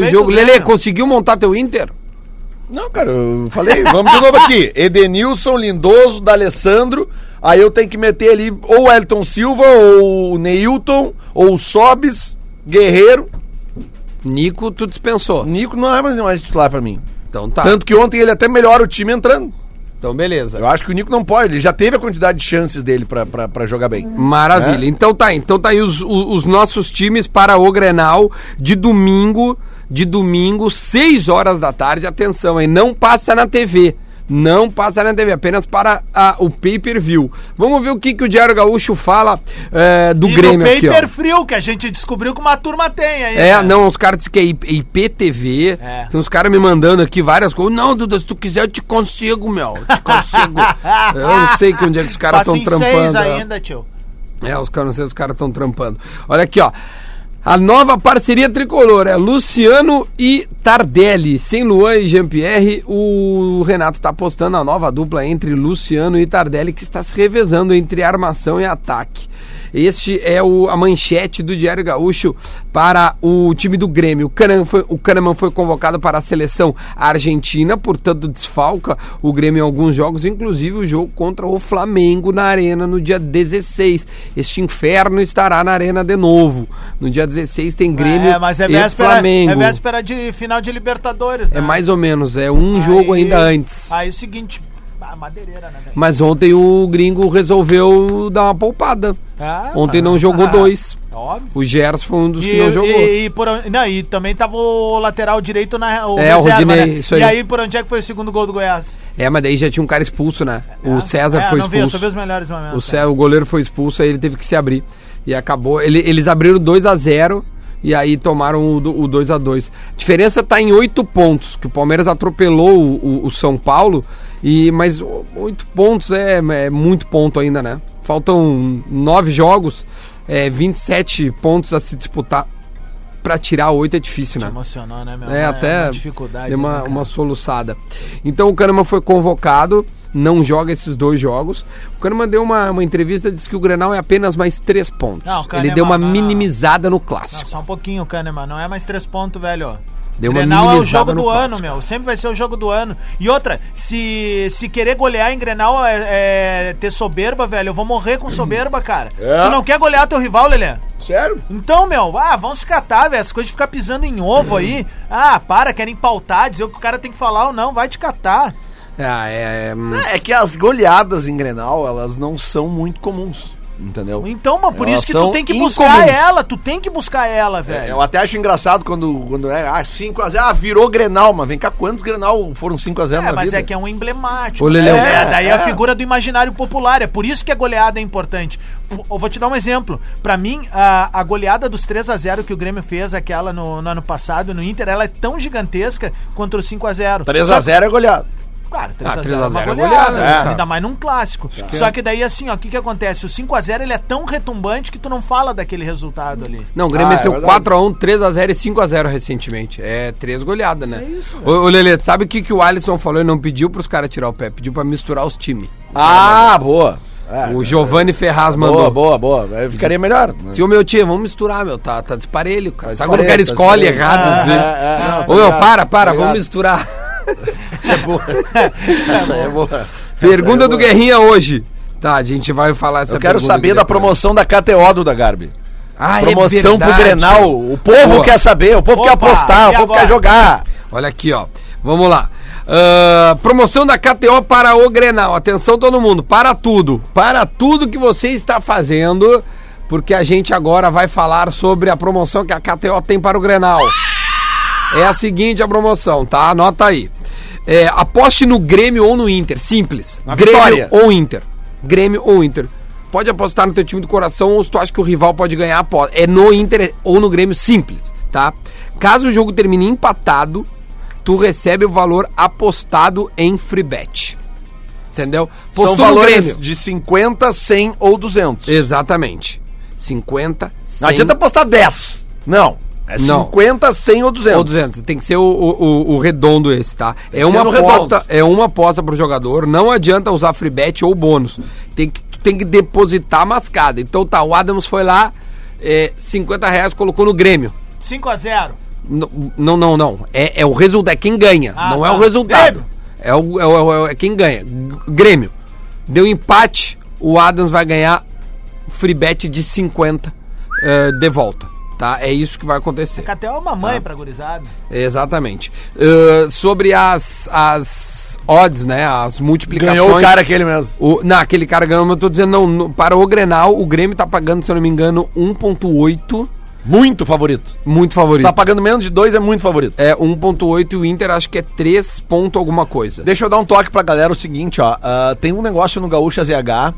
Speaker 4: Respeita
Speaker 2: jogo.
Speaker 4: o Grêmio.
Speaker 2: Lele, conseguiu montar teu Inter?
Speaker 3: Não, cara, eu falei, vamos de novo aqui. <laughs> Edenilson, Lindoso, D'Alessandro. Aí eu tenho que meter ali ou o Elton Silva, ou o Neilton, ou o Sobis, Guerreiro.
Speaker 2: Nico, tu dispensou.
Speaker 3: Nico não é mais nenhum titular pra mim.
Speaker 2: Então tá.
Speaker 3: Tanto que ontem ele até melhora o time entrando.
Speaker 2: Então beleza.
Speaker 3: Eu acho que o Nico não pode, ele já teve a quantidade de chances dele pra, pra, pra jogar bem.
Speaker 2: Maravilha. Então tá, então tá aí os, o- os nossos times para o Grenal de domingo, de domingo, 6 horas da tarde. Atenção, hein? Não passa na TV. Não passa na TV, apenas para a- o pay-per-view. Vamos ver o que, que o Diário Gaúcho fala eh, do
Speaker 4: E no
Speaker 2: Grêmio aqui, ó.
Speaker 4: paper frio, que a gente descobriu que uma turma tem aí.
Speaker 2: É,
Speaker 4: né?
Speaker 2: não, os caras dizem que é I- IPTV.
Speaker 4: É.
Speaker 2: Tem uns caras me mandando aqui várias coisas. Não, Duda, se tu quiser, eu te consigo, meu. Eu te consigo.
Speaker 4: <laughs>
Speaker 2: eu não sei que onde é que os caras
Speaker 4: Faço
Speaker 2: estão
Speaker 4: em seis
Speaker 2: trampando. é.
Speaker 4: ainda, tio.
Speaker 2: É, os caras, não sei, se os caras estão trampando. Olha aqui, ó. A nova parceria tricolor é Luciano e Tardelli. Sem Luan e Jean-Pierre, o Renato está apostando a nova dupla entre Luciano e Tardelli, que está se revezando entre armação e ataque. Este é o- a manchete do Diário Gaúcho para o time do Grêmio. O Kahneman, foi, o Kahneman foi convocado para a seleção argentina, portanto desfalca o Grêmio em alguns jogos, inclusive o jogo contra o Flamengo na Arena no dia 16. Este inferno estará na Arena de novo. No dia 16 tem Grêmio
Speaker 4: é, mas é
Speaker 2: e
Speaker 4: véspera,
Speaker 2: Flamengo.
Speaker 4: é véspera de final de Libertadores, né?
Speaker 2: É mais ou menos, é um
Speaker 4: Aí- Ah.
Speaker 2: jogo ainda antes.
Speaker 4: Aí o seguinte, a madeireira, né, velho?
Speaker 2: Mas ontem o gringo resolveu dar uma poupada.
Speaker 4: Ah,
Speaker 2: ontem não
Speaker 4: ah,
Speaker 2: jogou
Speaker 4: ah,
Speaker 2: dois.
Speaker 4: Óbvio.
Speaker 2: O Gerson foi um dos que
Speaker 4: E,
Speaker 2: não jogou.
Speaker 4: e- e por onde- não, e também tava o lateral direito na o né?
Speaker 2: É, o Rodinei, isso aí.
Speaker 4: E aí, por onde é que foi o segundo gol do Goiás?
Speaker 2: É, mas daí já tinha um cara expulso, né?
Speaker 4: Ah,
Speaker 2: O César
Speaker 4: é,
Speaker 2: foi
Speaker 4: não vi, eu
Speaker 2: expulso.
Speaker 4: só vi os melhores momentos.
Speaker 2: o, Cé- o goleiro foi expulso, aí ele teve que se abrir. E acabou. ele- eles abriram 2 a 0 e aí tomaram o, do- o 2 a 2 A diferença tá em 8 pontos, que o Palmeiras atropelou o, o- o São Paulo. E, mas 8 pontos é, é muito ponto ainda, né? Faltam 9 jogos, é, 27 pontos a se disputar. Pra tirar 8 é difícil, né?
Speaker 4: Emocionou, né, meu?
Speaker 2: É, até
Speaker 4: uma dificuldade.
Speaker 2: deu
Speaker 4: né,
Speaker 2: uma,
Speaker 4: cara?
Speaker 2: uma soluçada. Então o Kahneman foi convocado, não joga esses dois jogos. O Kahneman deu uma, uma entrevista, disse que o Grenal é apenas mais três pontos.
Speaker 4: Não, o
Speaker 2: Ele
Speaker 4: Kahneman-
Speaker 2: deu uma
Speaker 4: não, não, não.
Speaker 2: minimizada no
Speaker 4: Não,
Speaker 2: clássico.
Speaker 4: só um pouquinho, Kahneman. Não é mais três pontos, velho.
Speaker 2: Deu uma
Speaker 4: Grenal é o
Speaker 2: minimizada
Speaker 4: jogo
Speaker 2: no
Speaker 4: do ano,
Speaker 2: clássico.
Speaker 4: meu. Sempre vai ser o jogo do ano. E outra, se, se querer golear em Grenal é, é ter soberba, velho, eu vou morrer com soberba, cara.
Speaker 3: É.
Speaker 4: Tu não quer golear teu rival, Lelê?
Speaker 3: Sério?
Speaker 4: Então, meu, ah, vão se catar, velho. Essa coisa de ficar pisando em ovo aí. Ah, para, querem pautar, dizer o que o cara tem que falar ou não. Vai te catar.
Speaker 2: Ah, é, é, hum,
Speaker 3: É que as goleadas em Grenal, elas não são muito comuns, entendeu?
Speaker 4: Então, mano, por
Speaker 3: Elas
Speaker 4: isso que tu
Speaker 3: são
Speaker 4: tem que buscar
Speaker 3: incomuns.
Speaker 4: ela. Tu tem que buscar ela,
Speaker 3: É,
Speaker 4: velho.
Speaker 3: eu até acho engraçado quando, quando é ah, 5x0, ah, virou Grenal, mas vem cá, quantos Grenal foram 5x0
Speaker 4: É,
Speaker 3: na
Speaker 4: mas
Speaker 3: vida?
Speaker 4: é que é um emblemático.
Speaker 2: Ô,
Speaker 4: né?
Speaker 2: Leleu.
Speaker 4: É, daí é a
Speaker 3: É.
Speaker 4: figura do imaginário popular. É por isso que a goleada é importante. P- Eu vou te dar um exemplo. Pra mim, a, a goleada dos 3 a 0 que o Grêmio fez, aquela no, no ano passado, no Inter, ela é tão gigantesca quanto o 5 a 0 Só-
Speaker 3: 3x0 é goleado.
Speaker 4: Claro, 3x0
Speaker 2: Ah, 3
Speaker 4: é
Speaker 2: a
Speaker 4: uma
Speaker 2: 0 é
Speaker 4: goleada,
Speaker 2: goleada,
Speaker 4: né,
Speaker 2: né,
Speaker 4: cara?
Speaker 2: cara?
Speaker 4: ainda mais num clássico. Só que daí, assim, ó, o que que acontece? O 5x0 ele é tão retumbante que tu não fala daquele resultado ali.
Speaker 2: Não, o Grêmio
Speaker 3: Ah, é
Speaker 2: meteu
Speaker 3: verdade.
Speaker 2: 4x1, 3x0 e 5x0 recentemente. É três goleadas, né? É isso, ô, ô Lelê, sabe o que, que o Alisson falou e não pediu pros caras tirar o pé? Pediu pra misturar os times.
Speaker 3: Ah, boa. É,
Speaker 2: o Giovanni Ferraz mandou.
Speaker 3: boa, boa, boa. Aí Ficaria melhor. né?
Speaker 2: Se o meu tio, vamos misturar, meu, tá, tá desparelho, cara. Sabe quando o cara
Speaker 3: Parei, tá
Speaker 2: escolhe
Speaker 3: esperando.
Speaker 2: errado,
Speaker 3: Ah,
Speaker 2: assim?
Speaker 3: é, é, não, tá
Speaker 2: Ô, meu,
Speaker 3: ligado,
Speaker 2: para,
Speaker 3: tá
Speaker 2: para,
Speaker 3: ligado.
Speaker 2: vamos
Speaker 3: <laughs>
Speaker 2: misturar.
Speaker 3: Essa aí é boa.
Speaker 2: Pergunta do
Speaker 3: Guerreiro.
Speaker 2: Guerrinha hoje. Tá, a gente vai falar essa
Speaker 3: Eu quero
Speaker 2: pergunta
Speaker 3: saber
Speaker 2: aqui
Speaker 3: da
Speaker 2: depois.
Speaker 3: promoção da KTO do da Garbi.
Speaker 2: Ah, é
Speaker 3: promoção pro
Speaker 2: verdade.
Speaker 3: Grenal. O povo
Speaker 2: Boa.
Speaker 3: quer saber, o povo quer
Speaker 4: Opa,
Speaker 3: apostar,
Speaker 4: e
Speaker 3: o povo
Speaker 4: agora?
Speaker 3: quer jogar.
Speaker 2: Olha aqui, ó. Vamos lá. Ah, promoção da KTO para o Grenal. Atenção todo mundo, para tudo. Para tudo que você está fazendo, porque a gente agora vai falar sobre a promoção que a KTO tem para o Grenal. É a seguinte a promoção, tá? Anota aí. É, aposte no Grêmio ou no Inter, simples.
Speaker 3: Na
Speaker 2: Grêmio
Speaker 3: vitória.
Speaker 2: ou Inter. Grêmio ou Inter. Pode apostar no teu time do coração ou se tu acha que o rival pode ganhar, aposta. É no Inter ou no Grêmio, simples, tá? Caso o jogo termine empatado, tu recebe o valor apostado em free bet. Entendeu?
Speaker 3: São
Speaker 2: no
Speaker 3: valores de 50, 100 ou 200.
Speaker 2: Exatamente. 50, 100
Speaker 3: Não adianta apostar 10. Não. É
Speaker 2: Não.
Speaker 3: 50, 100 ou 200.
Speaker 2: Ou 200, tem que ser o, o- o- o redondo esse, tá? É
Speaker 3: que
Speaker 2: uma
Speaker 3: ser no
Speaker 2: aposta,
Speaker 3: redondo.
Speaker 2: é uma aposta pro jogador, não adianta usar free bet ou bônus. Tem que, tu tem que depositar mascada. Então tá, o Adams foi lá, é, 50 reais colocou no Grêmio.
Speaker 4: 5x0.
Speaker 2: N- Não, não, não. É, é o resultado, é quem ganha,
Speaker 4: Ah,
Speaker 2: não é
Speaker 4: tá.
Speaker 2: o resultado.
Speaker 4: Grêmio.
Speaker 2: É, o, é, o- é o- é quem ganha. G- Grêmio. Deu empate, o Adams vai ganhar free bet de 50 eh, de volta. Tá? É isso que vai acontecer.
Speaker 4: Até é uma mãe pra gurizada.
Speaker 2: Exatamente. Ahn, sobre as, as odds, né? As multiplicações.
Speaker 3: Ganhou o cara aquele mesmo.
Speaker 2: O, não, aquele cara ganhou, mas eu tô dizendo, não, no- para o Grenal, o Grêmio tá pagando, se eu não me engano, 1.8,
Speaker 3: Muito favorito.
Speaker 2: muito favorito.
Speaker 3: Tá pagando menos de 2, é muito favorito.
Speaker 2: É 1.8 e o Inter acho que é 3 ponto alguma coisa.
Speaker 3: Deixa eu dar um toque pra galera o seguinte, ó. ah, tem um negócio no Gaúcha ZH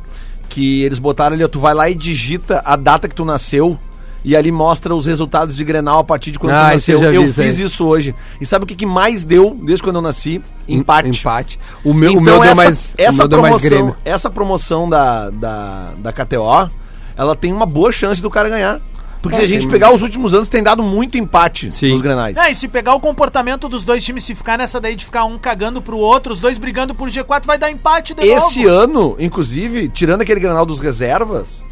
Speaker 3: que eles botaram ali, ó. Tu vai lá e digita a data que tu nasceu e ali mostra os resultados de Grenal a partir de quando
Speaker 2: Ah,
Speaker 3: tu
Speaker 2: isso eu
Speaker 3: nasceu.
Speaker 2: já
Speaker 3: Eu
Speaker 2: vi isso
Speaker 3: fiz
Speaker 2: aí.
Speaker 3: isso hoje. E sabe o que, que mais deu desde quando eu nasci? Empate.
Speaker 2: Empate. O meu,
Speaker 3: então,
Speaker 2: o meu deu
Speaker 3: essa,
Speaker 2: mais,
Speaker 3: essa
Speaker 2: o meu deu
Speaker 3: promoção, é-
Speaker 2: mais Grêmio.
Speaker 3: Essa promoção da, da, da KTO, ela tem uma boa chance do cara ganhar. Porque se a gente pegar os últimos anos, tem dado muito empate
Speaker 2: É. Sim.
Speaker 3: nos grenais.
Speaker 4: É, e se pegar o comportamento dos dois times, se ficar nessa daí de ficar um cagando pro outro, os dois brigando por G4, vai dar empate de
Speaker 3: Esse
Speaker 4: novo.
Speaker 3: ano, inclusive, tirando aquele granal dos reservas,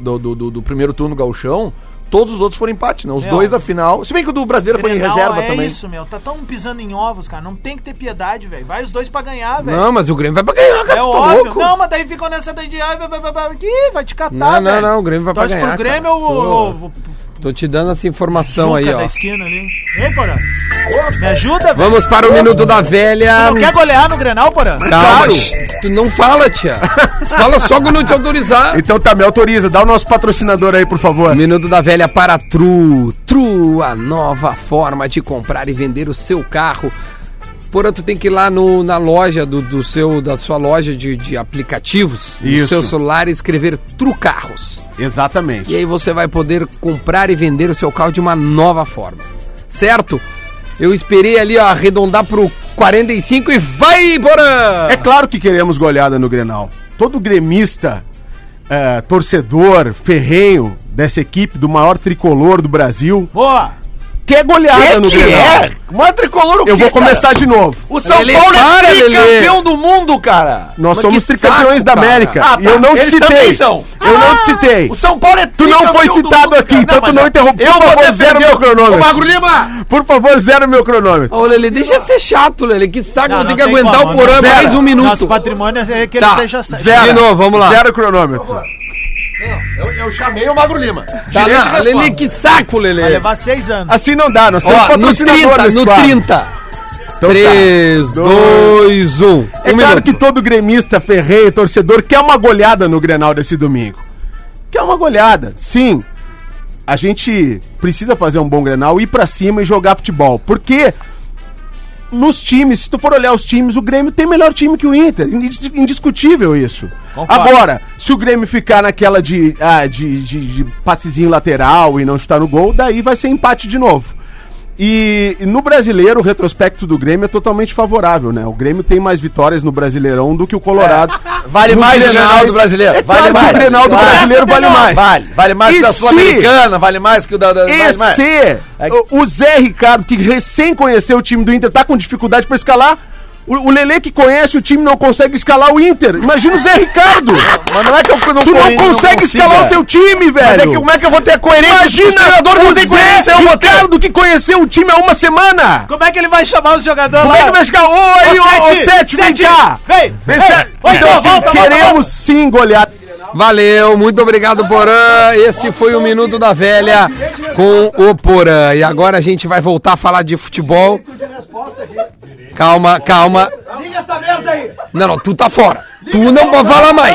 Speaker 3: do, do, do- do primeiro turno gauchão, todos os outros foram empate, né? Os
Speaker 4: É,
Speaker 3: dois
Speaker 4: ó.
Speaker 3: da final. Se bem que o do brasileiro foi em
Speaker 4: Grenal
Speaker 3: reserva
Speaker 4: é
Speaker 3: também.
Speaker 4: isso, meu. Tá tão pisando em ovos, cara. Não tem que ter piedade, velho. Vai os dois pra ganhar, velho.
Speaker 2: Não, mas o Grêmio vai pra ganhar, cara.
Speaker 4: É
Speaker 2: tu tá
Speaker 4: óbvio.
Speaker 2: louco?
Speaker 4: Não, mas daí ficam nessa daí de. Ai, vai, vai, vai, vai, Ih, vai te
Speaker 2: Não,
Speaker 4: catar,
Speaker 2: não,
Speaker 4: velho.
Speaker 2: não, o Grêmio vai pra
Speaker 4: Torce
Speaker 2: ganhar,
Speaker 4: pro Grêmio
Speaker 2: cara.
Speaker 4: o, o, o,
Speaker 2: Tô te dando essa informação
Speaker 4: Juca
Speaker 2: Então
Speaker 3: é
Speaker 2: aí,
Speaker 4: da
Speaker 2: ó.
Speaker 4: esquina ali. Ei, Porã. Me ajuda, velho.
Speaker 2: Vamos para o Minuto
Speaker 3: é
Speaker 2: da Velha.
Speaker 4: Não quer golear no Grenal, Porã?
Speaker 2: Calma, tu não fala, tia. Tu fala só quando eu te autorizar.
Speaker 6: Então tá, me autoriza, dá o nosso patrocinador aí, por
Speaker 2: <laughs>
Speaker 6: favor.
Speaker 2: Minuto da Velha para a Tru. Tru, a nova forma de comprar e vender o seu carro. Portanto, tem que ir lá no- na loja do, do seu, da sua loja de, de aplicativos, no
Speaker 6: Isso.
Speaker 2: seu celular, e escrever Tru Carros.
Speaker 6: Exatamente.
Speaker 2: E aí você vai poder comprar e vender o seu carro de uma nova forma. Certo? Eu esperei ali ó, arredondar pro 45 e vai, Porã!
Speaker 6: É claro que queremos goleada no Grenal. Todo gremista, eh, torcedor, ferrenho dessa equipe do maior tricolor do Brasil,
Speaker 4: Boa.
Speaker 6: quer goleada no Grenal.
Speaker 2: é?
Speaker 3: Mó tricolor o quê,
Speaker 6: Eu
Speaker 3: cara?
Speaker 6: vou começar de novo.
Speaker 3: O São
Speaker 2: Lelê,
Speaker 3: Paulo
Speaker 2: para,
Speaker 3: é tricampeão
Speaker 2: Lelê.
Speaker 3: do mundo, cara.
Speaker 6: Nós
Speaker 2: Mas
Speaker 6: somos
Speaker 2: que
Speaker 6: tricampeões
Speaker 2: saco,
Speaker 6: da
Speaker 2: cara.
Speaker 6: América.
Speaker 3: Ah,
Speaker 6: E
Speaker 3: tá.
Speaker 6: eu não te
Speaker 3: Eles
Speaker 6: citei.
Speaker 3: também são.
Speaker 6: Eu
Speaker 2: Ah!
Speaker 6: não te citei.
Speaker 3: O São Paulo é
Speaker 6: Tu não
Speaker 3: tricampeão
Speaker 6: foi
Speaker 3: do
Speaker 6: citado
Speaker 3: mundo,
Speaker 6: aqui,
Speaker 3: cara.
Speaker 6: então tu
Speaker 3: mas
Speaker 6: não
Speaker 3: é-
Speaker 6: interrompeu.
Speaker 3: Eu
Speaker 6: Por
Speaker 3: vou
Speaker 6: favor, zero
Speaker 3: defender
Speaker 6: meu
Speaker 3: o
Speaker 6: cronômetro.
Speaker 3: Ô, Magro Lima!
Speaker 6: Por favor, zero meu cronômetro.
Speaker 2: Ô, Lelê, deixa de ser chato, Lelê. Que saco,
Speaker 4: Não,
Speaker 2: vou ter
Speaker 4: não
Speaker 2: que
Speaker 4: tem
Speaker 2: aguentar
Speaker 4: como,
Speaker 2: o Porã
Speaker 4: não.
Speaker 2: mais
Speaker 6: Zero.
Speaker 2: um
Speaker 4: Nosso
Speaker 2: minuto.
Speaker 4: patrimônio é que ele
Speaker 2: Tá,
Speaker 4: seja
Speaker 2: zero. De novo, vamos lá.
Speaker 6: Zero cronômetro.
Speaker 3: Eu, eu chamei o Magro Lima.
Speaker 2: Tá,
Speaker 3: Direito
Speaker 2: não,
Speaker 3: de
Speaker 2: Lelê,
Speaker 3: resposta.
Speaker 2: que saco,
Speaker 4: Vai um
Speaker 2: Lelê.
Speaker 4: levar seis anos.
Speaker 6: Assim não dá, nós temos
Speaker 2: Ó, no 30,
Speaker 6: nesse
Speaker 2: no
Speaker 6: quadro.
Speaker 2: 30.
Speaker 6: Então tá.
Speaker 2: 3,
Speaker 6: dois,
Speaker 2: 2, 1. Um
Speaker 6: É claro que todo gremista, ferreiro, torcedor quer uma goleada no Grenal desse domingo. Quer uma goleada. Sim, a gente precisa fazer um bom Grenal, ir pra cima e jogar futebol. Porque nos times, se tu for olhar os times, o Grêmio tem melhor time que o Inter. Indis- Indiscutível isso.
Speaker 4: Concordo.
Speaker 6: Agora, se o Grêmio ficar naquela de, ah, de, de- de passezinho lateral e não chutar no gol, daí vai ser empate de novo. E no brasileiro, o retrospecto do Grêmio é totalmente favorável, né? O Grêmio tem mais vitórias no Brasileirão do que o Colorado.
Speaker 3: Vale
Speaker 6: Nos
Speaker 3: mais o
Speaker 6: Grenais-
Speaker 3: Grenal do Brasileiro.
Speaker 6: É
Speaker 3: Vale
Speaker 6: claro
Speaker 3: mais.
Speaker 6: que o Grenal do
Speaker 3: Vale.
Speaker 6: Brasileiro
Speaker 4: Essa é
Speaker 6: vale
Speaker 4: melhor.
Speaker 6: mais.
Speaker 3: Vale, vale mais que
Speaker 6: E
Speaker 3: da
Speaker 6: se-
Speaker 3: Sul-Americana, vale mais que o da. da
Speaker 6: E
Speaker 3: vale mais.
Speaker 6: se
Speaker 3: É-
Speaker 6: o- o Zé Ricardo, que recém conheceu o time do Inter, tá com dificuldade pra escalar. O, o Lele que conhece o time não consegue escalar o Inter. Imagina o Zé Ricardo!
Speaker 3: Mas não é que eu não,
Speaker 6: tu não
Speaker 3: conhe-
Speaker 6: consegue
Speaker 3: consiga.
Speaker 6: escalar o teu time, velho!
Speaker 3: Mas é que como é que eu vou ter a coerência?
Speaker 6: Imagina
Speaker 3: Se o treinador não
Speaker 6: o
Speaker 3: tem
Speaker 6: Zé
Speaker 3: coerência, eu vou ter.
Speaker 6: Ricardo que conheceu o time há uma semana!
Speaker 4: Como é que ele vai chamar os jogadores
Speaker 6: Como é que vai chegar? Ô, aí, ô, ô,
Speaker 4: Sete,
Speaker 6: Sete, vem
Speaker 4: Sete,
Speaker 6: cá!
Speaker 4: Vem!
Speaker 6: Vem,
Speaker 4: Ei,
Speaker 6: Sete.
Speaker 4: ô,
Speaker 6: Então,
Speaker 4: então,
Speaker 6: assim,
Speaker 4: volta, volta,
Speaker 6: queremos
Speaker 4: volta.
Speaker 6: sim golear.
Speaker 2: Valeu, muito obrigado, Porã. Esse foi o Minuto da Velha com o Porã. E agora a gente vai voltar a falar de futebol. Calma, calma. Não, não, tu tá fora. Tu não pode falar mais.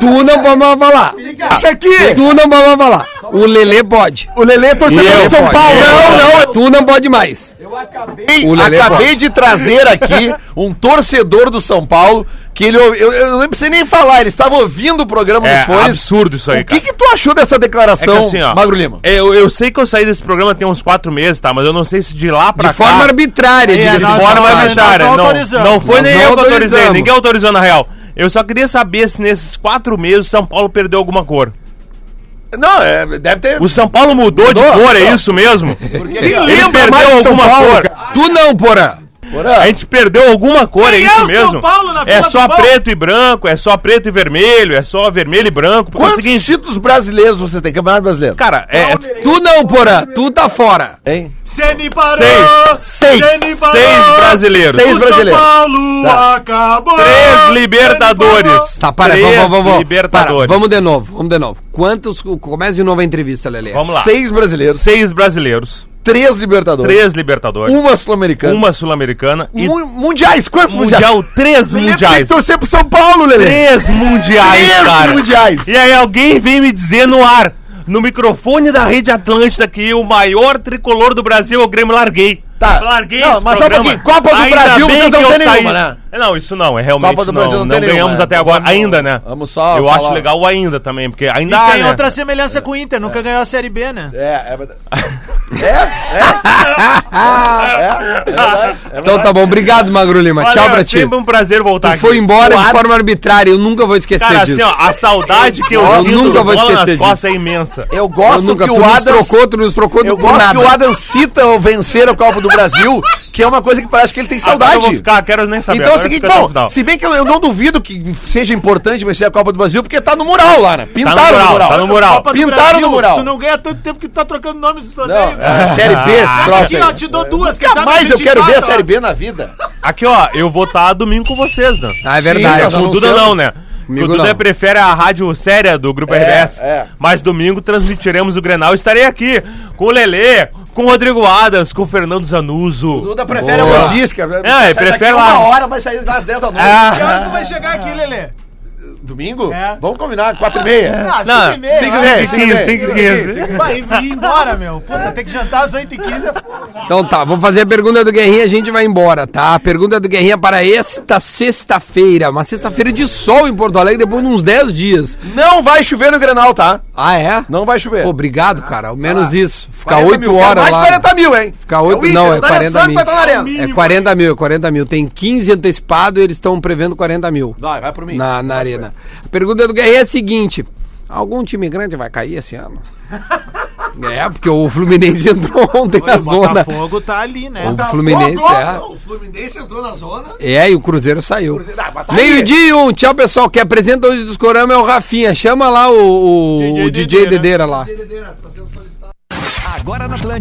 Speaker 2: Tu não pode mais falar.
Speaker 6: Deixa aqui!
Speaker 2: Tu não pode mais falar. O Lelê pode.
Speaker 6: O Lele é torcedor
Speaker 3: um
Speaker 6: de São
Speaker 2: pode.
Speaker 6: Paulo!
Speaker 2: Não, não, tu não pode mais. O Lelê
Speaker 3: acabei
Speaker 2: pode.
Speaker 3: de trazer <laughs> aqui um torcedor do São Paulo que ele ouvi- eu, eu não precisei nem falar, ele estava ouvindo o programa
Speaker 7: É
Speaker 3: dos fones.
Speaker 7: absurdo isso aí,
Speaker 3: O que
Speaker 7: cara.
Speaker 3: que tu achou dessa
Speaker 7: É
Speaker 3: declaração,
Speaker 7: que assim, ó,
Speaker 3: Magro Lima?
Speaker 7: Eu, eu sei que eu saí desse programa tem uns quatro meses, tá? Mas eu não sei se de lá pra
Speaker 2: De forma
Speaker 7: cá...
Speaker 2: arbitrária,
Speaker 4: É,
Speaker 2: diga-se
Speaker 7: De
Speaker 2: de
Speaker 4: nós-
Speaker 7: forma
Speaker 4: nós
Speaker 2: passagem.
Speaker 7: arbitrária,
Speaker 4: só
Speaker 7: não.
Speaker 4: autorizamos.
Speaker 7: Não foi
Speaker 2: Nós
Speaker 7: nem
Speaker 2: não
Speaker 7: eu que autorizei,
Speaker 2: autorizamos.
Speaker 7: ninguém autorizou na real. Eu só queria saber se nesses quatro meses o São Paulo perdeu alguma cor.
Speaker 3: Não, é, deve ter.
Speaker 7: O São Paulo mudou, de
Speaker 3: Mudou?
Speaker 7: cor, é isso mesmo? Ele
Speaker 6: mais
Speaker 7: perdeu
Speaker 6: de São
Speaker 7: alguma
Speaker 6: Paulo,
Speaker 7: cor.
Speaker 2: Tu não, Porã.
Speaker 7: A gente perdeu alguma cor, é
Speaker 4: Quem é
Speaker 7: isso
Speaker 4: o São
Speaker 7: mesmo?
Speaker 4: Paulo na
Speaker 7: é
Speaker 4: fila
Speaker 7: só
Speaker 4: do pão?
Speaker 7: preto e branco, é só preto e vermelho, é só vermelho e branco. Porque é o
Speaker 3: Quantos
Speaker 7: seguinte,
Speaker 3: títulos brasileiros você tem? Campeonato brasileiro?
Speaker 7: cara, é, é
Speaker 2: Tu não, Porã. Tu tá fora.
Speaker 3: Hein?
Speaker 4: Ceni parou!
Speaker 7: Seis.
Speaker 3: Seis.
Speaker 4: Ceni parou!
Speaker 7: seis brasileiros.
Speaker 3: Seis
Speaker 4: O São
Speaker 3: brasileiros.
Speaker 4: Paulo
Speaker 3: Tá.
Speaker 4: acabou!
Speaker 7: Três
Speaker 4: Libertadores.
Speaker 7: Libertadores.
Speaker 2: Tá, para,
Speaker 7: Três
Speaker 2: vamos, vamos, vamos. Para,
Speaker 7: Libertadores.
Speaker 2: vamos de novo, vamos de novo. Quantos. Começa de novo a entrevista, Lelê.
Speaker 7: Vamos lá.
Speaker 3: Seis brasileiros,
Speaker 7: Seis brasileiros.
Speaker 3: três libertadores,
Speaker 7: Três Libertadores.
Speaker 3: uma sul-americana. um
Speaker 7: Uma sul-americana. E
Speaker 3: Mu- Mundiais, quantos mundiais?
Speaker 7: mundial. Três
Speaker 6: Tem que
Speaker 7: mundiais.
Speaker 6: torcer pro São Paulo, Lele!
Speaker 7: Três mundiais,
Speaker 3: Três
Speaker 7: cara.
Speaker 3: mundiais.
Speaker 7: E aí alguém vem me dizer no ar, no microfone da Rede Atlântida, que o maior tricolor do Brasil é o Grêmio Larguei.
Speaker 3: Tá.
Speaker 7: Larguei
Speaker 3: Não,
Speaker 7: esse
Speaker 3: mas só um
Speaker 7: programa.
Speaker 3: pouquinho. Copa do
Speaker 7: Ainda
Speaker 3: Brasil
Speaker 7: bem
Speaker 3: vocês não
Speaker 7: que eu
Speaker 3: têm
Speaker 7: saí.
Speaker 3: nenhuma, né?
Speaker 7: É, Não, isso não, é realmente
Speaker 3: Copa do
Speaker 7: não.
Speaker 3: Brasil não
Speaker 7: não
Speaker 3: tem nenhuma,
Speaker 7: ganhamos
Speaker 3: é.
Speaker 7: até agora,
Speaker 3: Vamos-
Speaker 7: ainda, né?
Speaker 3: vamos só
Speaker 7: Eu
Speaker 3: falar-
Speaker 7: acho legal o ainda também, porque ainda
Speaker 4: E
Speaker 7: há,
Speaker 4: tem
Speaker 7: né?
Speaker 4: outra semelhança com o Inter, nunca ganhou a Série B, né?
Speaker 3: É, é verdade.
Speaker 2: Então tá bom, obrigado, Magro Lima. Tchau
Speaker 7: Valeu,
Speaker 2: pra
Speaker 7: é
Speaker 2: ti.
Speaker 7: Sempre um prazer voltar
Speaker 2: Tu foi embora de forma arbitrária, eu nunca vou esquecer
Speaker 7: Cara,
Speaker 2: disso.
Speaker 7: assim, ó, a saudade que eu,
Speaker 2: Eu
Speaker 7: sinto
Speaker 2: nunca
Speaker 7: do
Speaker 2: vou
Speaker 7: bola
Speaker 2: esquecer
Speaker 7: nas costas é imensa.
Speaker 2: eu
Speaker 3: Eu gosto
Speaker 2: nunca,
Speaker 3: que
Speaker 2: tu
Speaker 3: o
Speaker 2: nos
Speaker 3: Adams...
Speaker 2: trocou, tu nos trocou do
Speaker 3: Eu gosto
Speaker 2: nada.
Speaker 3: que o Adam cita o vencer o Copa do Brasil, que é uma coisa que parece que ele tem
Speaker 7: Agora eu vou
Speaker 3: saudade.
Speaker 7: ficar, quero nem saber.
Speaker 3: Então é o
Speaker 7: agora eu
Speaker 3: seguinte,
Speaker 7: fico até o
Speaker 3: bom,
Speaker 7: final.
Speaker 3: se bem que eu, eu não duvido que seja importante vencer a Copa do Brasil, porque tá no mural lá, né?
Speaker 7: tá
Speaker 3: Pintaram
Speaker 7: no
Speaker 3: no
Speaker 7: mural,
Speaker 3: mural.
Speaker 7: tá no mural.
Speaker 4: Copa do
Speaker 3: Pintaram
Speaker 4: Brasil,
Speaker 3: no mural.
Speaker 4: Tu não ganha tanto tempo que tu tá trocando nomes do
Speaker 3: Não, <laughs>
Speaker 4: sorteio,
Speaker 3: é, Série B,
Speaker 7: Ah,
Speaker 3: esse troço
Speaker 4: Aqui, ó,
Speaker 3: aí.
Speaker 4: te dou duas, que
Speaker 3: Nunca mais eu quero ver a Série
Speaker 4: B.
Speaker 3: B na vida.
Speaker 7: Aqui, ó, eu vou estar domingo com vocês,
Speaker 3: Tá.
Speaker 7: né?
Speaker 2: Ah, é verdade.
Speaker 7: Com o Duda não, né?
Speaker 2: Comigo
Speaker 7: o Duda
Speaker 2: não.
Speaker 7: prefere a rádio séria do Grupo RBS.
Speaker 3: é.
Speaker 7: Mas domingo transmitiremos o Grenal. e Estarei aqui com o Lelê, com o Rodrigo Adas, com o Fernando Zanuso.
Speaker 3: Duda prefere
Speaker 2: Boa.
Speaker 3: a logística. É,
Speaker 7: ele prefere
Speaker 3: uma
Speaker 7: lá.
Speaker 3: hora, vai sair das 10 da noite.
Speaker 7: Ah.
Speaker 4: Que horas tu vai chegar aqui, Lelê?
Speaker 3: Domingo?
Speaker 4: É.
Speaker 3: Vamos combinar, 4 e meia.
Speaker 4: Ah,
Speaker 7: Não,
Speaker 4: cinco e meia,
Speaker 7: cinco e
Speaker 4: vai, vai,
Speaker 7: meia, cinco e meia,
Speaker 4: vai.
Speaker 7: cinco e meia.
Speaker 4: Vai, vim embora, meu. Puta, tem que jantar às 8h15. é foda.
Speaker 2: Então tá, vou fazer a pergunta do Guerrinha e a gente vai embora, tá? A pergunta do Guerrinha para esta sexta-feira. Uma sexta-feira de sol em Porto Alegre, depois de uns 10 dias.
Speaker 3: Não vai chover no Grenal, tá?
Speaker 2: Ah, é?
Speaker 3: Não vai chover.
Speaker 2: Pô, obrigado, cara. Ao menos isso. Ficar
Speaker 3: 40
Speaker 2: 8
Speaker 3: mil, quero
Speaker 2: horas
Speaker 3: mais
Speaker 2: lá.
Speaker 3: 40 mil, hein?
Speaker 2: Ficar 8
Speaker 3: o
Speaker 2: não,
Speaker 3: Inter,
Speaker 2: é
Speaker 3: tá na
Speaker 2: 40
Speaker 3: Santos,
Speaker 2: mil.
Speaker 3: Vai estar na arena.
Speaker 2: É 40 mil, é 40 mil. Tem 15 antecipado e eles estão prevendo 40 mil.
Speaker 3: Vai, vai por mim.
Speaker 2: Na, na arena. A pergunta do Guerreiro é a seguinte: algum time grande vai cair esse
Speaker 3: <laughs>
Speaker 2: ano? é, porque o Fluminense entrou ontem na zona.
Speaker 4: Botafogo tá ali, né?
Speaker 2: O Fluminense é.
Speaker 3: O Fluminense entrou na zona.
Speaker 2: É, e o Cruzeiro saiu.
Speaker 3: Ah, mas tá aí.
Speaker 2: Meio-dia e um. Tchau, pessoal. Quem apresenta hoje dos Corama é o Rafinha.
Speaker 3: né?
Speaker 2: Chama lá o, o- o DJ Dedeira lá.
Speaker 1: Agora na Atlântica.